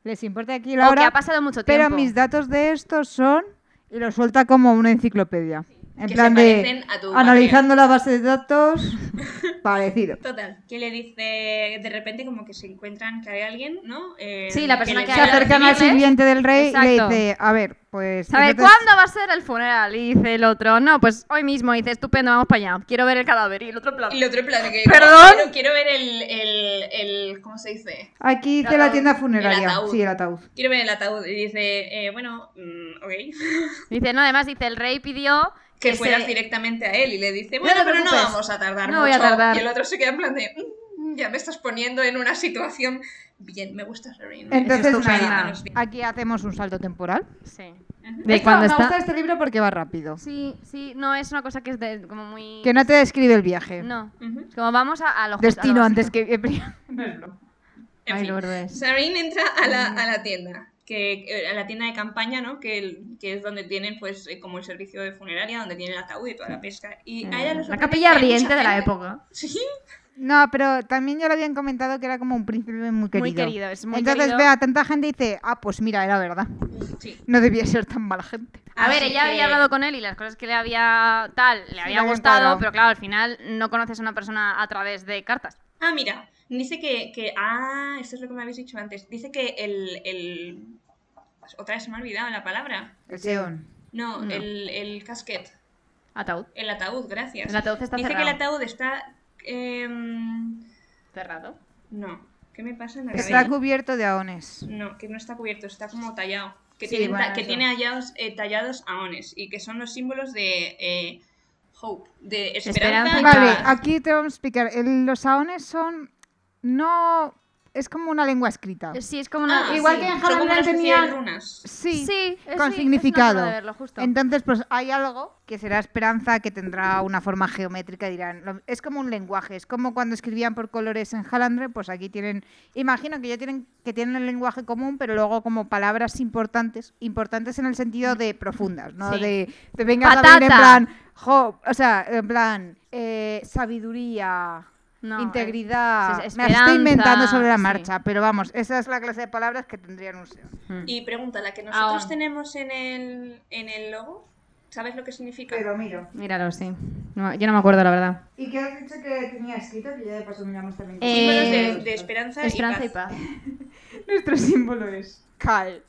A: les importa aquí la
B: O que
A: hora,
B: ha pasado mucho tiempo.
A: pero mis datos de estos son, y lo suelta como una enciclopedia. En
C: Que
A: plan
C: se
A: de,
C: parecen a tu
A: analizando la base de datos, parecido.
C: Total, que le dice de repente como que se encuentran que hay alguien, ¿no? Eh,
B: Sí, la persona
C: le-
B: que
A: Se
B: hay al
A: acercan al
B: recibirles.
A: sirviente del rey y le
B: Exacto.
A: dice, a ver, pues...
B: ¿Sabe
A: nosotros-
B: cuándo va a ser el funeral? Y dice el otro, no, pues hoy mismo. Y dice, estupendo, vamos para allá. Quiero ver el cadáver. Y el otro en plan.
C: Y el otro plan que
B: ¿Perdón?
C: Quiero, quiero ver el, el, el- ¿cómo se dice?
A: Aquí dice
C: Ataúd.
A: la tienda
C: El
A: funeraria,
C: ataúd.
A: sí, el ataúd.
C: Quiero ver el ataúd y dice, eh, bueno, mm, ok,
B: Dice, no, además dice, el rey pidió
C: que
B: se-
C: fueras directamente a él y le dice, bueno,
B: te
C: pero no
B: preocupes.
C: vamos a tardar
B: No
C: mucho.
B: voy a tardar.
C: Y el otro se queda en plan de, mm, ya me estás poniendo en una situación bien, me gusta Serena.
A: Entonces,
B: estupenda.
A: nada, aquí hacemos un salto temporal.
B: Sí.
C: Ujú.
B: De
A: Esto-
B: cuando
A: me
B: está-
A: gusta este libro porque va rápido.
B: Sí, sí, no, es una cosa que es de- como muy...
A: Que no te describe el viaje.
B: No.
C: Ujú.
B: Como vamos a, a lo justo, a lo
A: Destino antes
B: básico.
A: que...
C: En
B: Ay,
C: fin.
B: Lourdes.
C: Sarin entra a la, a la tienda, que, que- a la tienda de campaña, ¿no? Que, el- que es donde tienen, pues, eh, como el servicio de funeraria, donde tienen el ataúd y toda la pesca. Y a ella le
B: Ah, la
C: sorprende
B: capilla
C: que hay mucha
B: ardiente de la
C: gente.
B: época.
C: Sí,
A: No, pero también ya lo habían comentado que era como un príncipe muy querido.
B: Muy querido, es muy
A: Entonces,
B: querido.
A: vea, tanta gente dice, ah, pues mira, era verdad.
C: Sí.
A: No debía ser tan mala gente.
B: A ver,
C: Así
B: ella
C: que-
B: había hablado con él y las cosas que le había tal, le había
A: había
B: gustado,
A: cuadrado.
B: pero claro, al final no conoces a una persona a través de cartas.
C: Ah, mira, dice que, que- Ah, esto es lo que me habéis dicho antes. Dice que el... el... Otra vez se me ha olvidado la palabra.
A: El Seón.
C: No,
B: No.
C: El, el casquet.
B: Ataúd.
C: El ataúd, gracias.
B: El ataúd está
C: dice
B: cerrado.
C: que el ataúd está... em,
B: Cerrado.
C: No, ¿qué me pasa en la
A: Está
C: cabeza?
A: cubierto de aones.
C: No, que no está cubierto, está como tallado. Que
A: Sí,
C: tiene,
A: bueno,
C: ta- que
A: eso.
C: tiene hallados, eh, tallados aones y que son los símbolos de eh, hope, de esperanza.
B: Esperanza y
A: Vale,
B: paz.
A: aquí te vamos a explicar. El- los aones son. No. Es como una lengua escrita.
B: Eh, Sí, es como una.
C: Ah,
A: Igual
C: sí,
A: que en
C: son como
A: Hannah
C: una
A: Brown
C: especie de
A: tenía-
C: runas.
A: Sí.
B: Sí,
A: con
B: es- sí, Es una
A: significado.
B: forma de verlo, justo.
A: Entonces, pues hay algo que será esperanza, que tendrá una forma geométrica, dirán. lo- Es como un lenguaje, es como cuando escribían por colores en Halandre, pues aquí tienen, imagino que ya tienen, que tienen el lenguaje común, pero luego como palabras importantes, importantes en el sentido de profundas, ¿no?
B: Sí.
A: De, de vengas a ver en
B: Patata.
A: plan, jo, o sea, en plan, eh, sabiduría.
B: No, eh.
A: integridad.
B: es- es
A: Me las estoy inventando
B: esperanza,
A: sobre la
B: sí.
A: marcha, pero vamos, esa es la clase de palabras que tendrían un SEO.
B: Mm.
C: Y pregunta, la que nosotros
B: Aon.
C: tenemos en el, en el logo, ¿sabes lo que significa?
A: miro.
B: Míralo, sí. No, yo no me acuerdo, la verdad.
A: ¿Y qué has dicho que tenía escrito? Que ya de paso miramos también.
B: Eh,
C: Símbolos de, de esperanza,
B: Esperanza
C: y,
B: y paz.
A: Nuestro símbolo es Cal.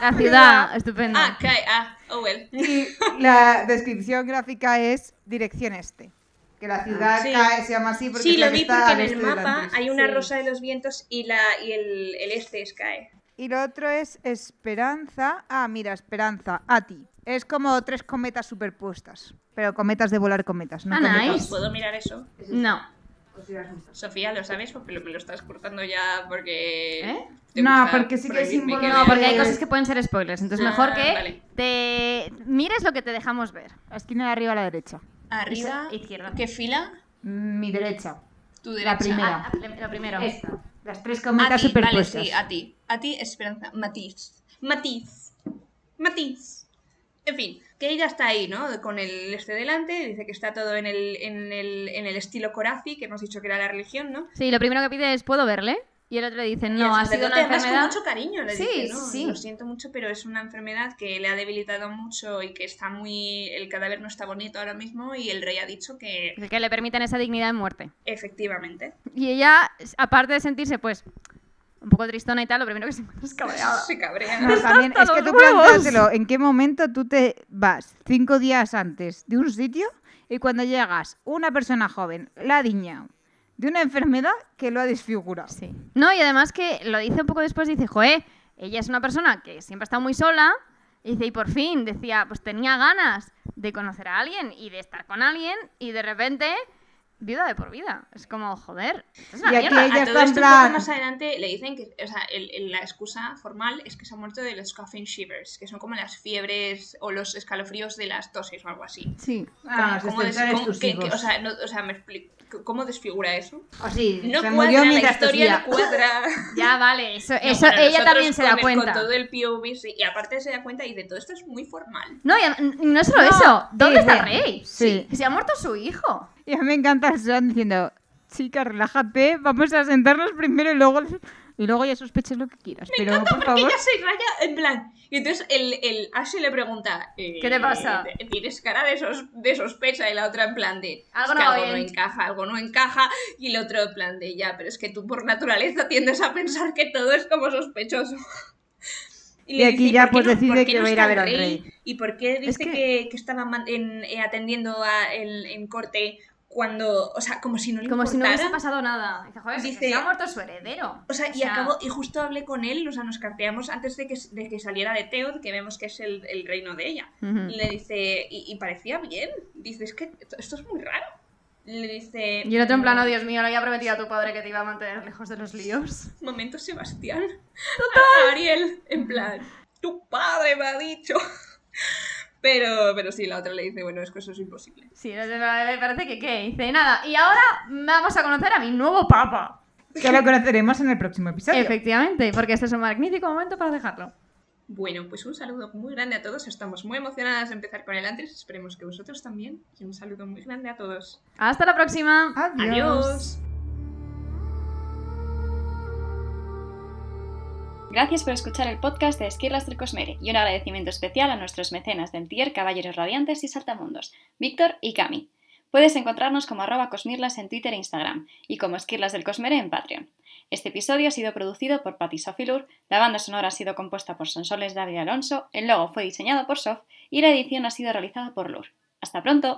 B: La ciudad, estupendo.
C: Ah, cae, ah, oh well.
A: Y la descripción gráfica es dirección este. Que la ciudad
C: Sí.
A: cae, se llama así porque
C: Sí,
A: es la
C: lo
A: que
C: vi
A: está al
C: porque en el
A: este de
C: mapa
A: Atlantis.
C: hay una
B: Sí.
C: rosa de los vientos y, la, y el, el este es cae.
A: Y lo otro es esperanza. Ah, mira, esperanza. A ti. Es como tres cometas superpuestas. Pero cometas de volar cometas, no
B: Ah,
A: cometas.
B: nice.
C: ¿Puedo mirar eso?
B: No.
C: Sofía, ¿lo sabes? Porque lo- me lo estás cortando ya porque...
B: ¿Eh?
C: te
A: No,
C: gusta
A: porque sí que es
C: prohibirme
A: símbolo
C: que
A: de-
B: No,
C: vea.
B: porque hay
A: Eh,
B: cosas que pueden ser spoilers. Entonces,
C: ah,
B: mejor que
C: vale.
B: te mires lo que te dejamos ver.
A: La esquina de arriba a la derecha.
C: Arriba,
B: Esa izquierda.
C: ¿qué fila?
A: Mm, Mi derecha.
C: Tu derecha.
A: primera.
B: Ah, ah, lo primero.
A: Esta. Las tres
C: Ah, a
A: cometas
C: ti, vale,
A: superpuestas.
C: sí, a ti. A ti, Esperanza. Matiz. Matiz. Matiz. En fin, que ella está ahí, ¿no? Con el este delante, dice que está todo en el, en el, en el estilo Corazi, que hemos dicho que era la religión, ¿no?
B: Sí, lo primero que pide es ¿puedo verle? Y el otro le dice,
C: Y el
B: no, ha sido una
C: sacerdote, además,
B: enfermedad.
C: con mucho cariño le
B: Sí,
C: dice, ¿no?
B: sí, sí.
C: Lo siento mucho, pero es una enfermedad que le ha debilitado mucho y que está muy... El cadáver no está bonito ahora mismo y el rey ha dicho que
B: Que le permitan esa dignidad en muerte.
C: efectivamente.
B: Y ella, aparte de sentirse, pues, un poco tristona y tal, lo primero que se encuentra es
A: Ah.
B: cabreada.
C: Se cabrea.
A: No, también
B: hasta
A: es que
B: los
A: tú
B: huevos.
A: plantáselo en qué momento tú te vas cinco días antes de un sitio y cuando llegas una persona joven la ha diñado de una enfermedad que lo ha desfigurado.
B: Sí. No, y además que lo dice un poco después, dice, joe, ella es una persona que siempre está muy sola. Y dice, y por fin, decía, pues tenía ganas de conocer a alguien y de estar con alguien y de repente, viuda de por vida. Es como, joder, esto es una
A: Y aquí
B: mierda.
A: ella
C: a
A: está
C: todo
A: en
C: esto, un
A: plan-
C: poco más adelante le dicen que, o sea, el- el- la excusa formal es que se ha muerto de los coughing shivers, que son como las fiebres o los escalofríos de las toses o algo así.
B: Sí.
A: Ah, los
C: Como- como des-
A: extensores
C: como- que-
A: tusivos.
C: que- o, sea, no- o sea, me explico. ¿Cómo desfigura eso?
A: O Ah, sí,
C: No
A: se
C: cuadra,
A: murió
C: la
A: mientras
C: historia
A: tosía.
C: no cuadra.
B: Ya, vale, eso,
C: No,
B: eso
C: bueno,
B: ella
C: nosotros
B: también se
C: con
B: da
C: el-
B: cuenta.
C: Con todo el POV, sí, y aparte se da cuenta y de todo esto es muy formal.
B: No, y a- n- no solo
A: No,
B: eso. ¿Dónde
A: dice-
B: está Rey?
A: sí.
B: Se ha muerto su hijo.
A: Y a mí me encanta el Joan diciendo, chica, relájate, vamos a sentarnos primero y luego, y luego ya sospeches lo que quieras. pero por
C: Porque
A: favor,
C: ella se raya en plan. Y entonces el, el Ashley le pregunta: eh,
B: ¿Qué te pasa?
C: Tienes cara de, sos- de sospecha. Y la otra en plan de:
B: Algo
C: "Es que
B: no va
C: algo
B: bien".
C: no encaja, algo no encaja. Y el otro en plan de: Ya, pero es que tú por naturaleza tiendes a pensar que todo es como sospechoso.
A: Y
C: le
A: aquí
C: dice,
A: ya,
C: "¿Por qué
A: pues, decide
C: por qué
A: que va a ir a
C: está el
A: ver al rey?
C: ¿Y por qué dice
B: que-
C: que... que estaba man- en- eh, atendiendo a- en, en corte cuando. O sea, como si no le
B: Como si no
C: importara?
B: hubiese pasado nada. Dice, joder,
C: Dice-
B: se ha muerto su heredero.
C: O sea, y acabó, y justo hablé con él, o sea, nos carteamos antes de que, de que saliera de Teod, que vemos que es el, el reino de ella.
B: Ujú.
C: Y le dice, y, y parecía bien. Dice, es que esto- esto es muy raro. Le dice.
B: Y el otro en plano, Dios mío, le había prometido a tu padre que te iba a mantener lejos de los líos.
C: Momento, Sebastián. A Ariel, en plan, tu padre me ha dicho. Pero, pero sí, la otra le dice, bueno, es que eso es imposible.
B: Sí, no sé, me parece que qué. Dice, nada, y ahora vamos a conocer a mi nuevo papa.
A: ya lo conoceremos en el próximo episodio.
B: Efectivamente, porque este es un magnífico momento para dejarlo.
C: Bueno, pues un saludo muy grande a todos. Estamos muy emocionadas de empezar con el antes. Esperemos que vosotros también. Y un saludo muy grande a todos.
B: Hasta la próxima.
A: Adiós.
C: Adiós.
D: Gracias por escuchar el podcast de Esquirlas del Cosmere y un agradecimiento especial a nuestros mecenas de Entier, Caballeros Radiantes y Saltamundos, Víctor y Cami. Puedes encontrarnos como arroba cosmirlas en Twitter e Instagram y como Esquirlas del Cosmere en Patreon. Este episodio ha sido producido por Patti Sofilur, la banda sonora ha sido compuesta por Sonsoles David Alonso, el logo fue diseñado por Sof y la edición ha sido realizada por Lur. ¡Hasta pronto!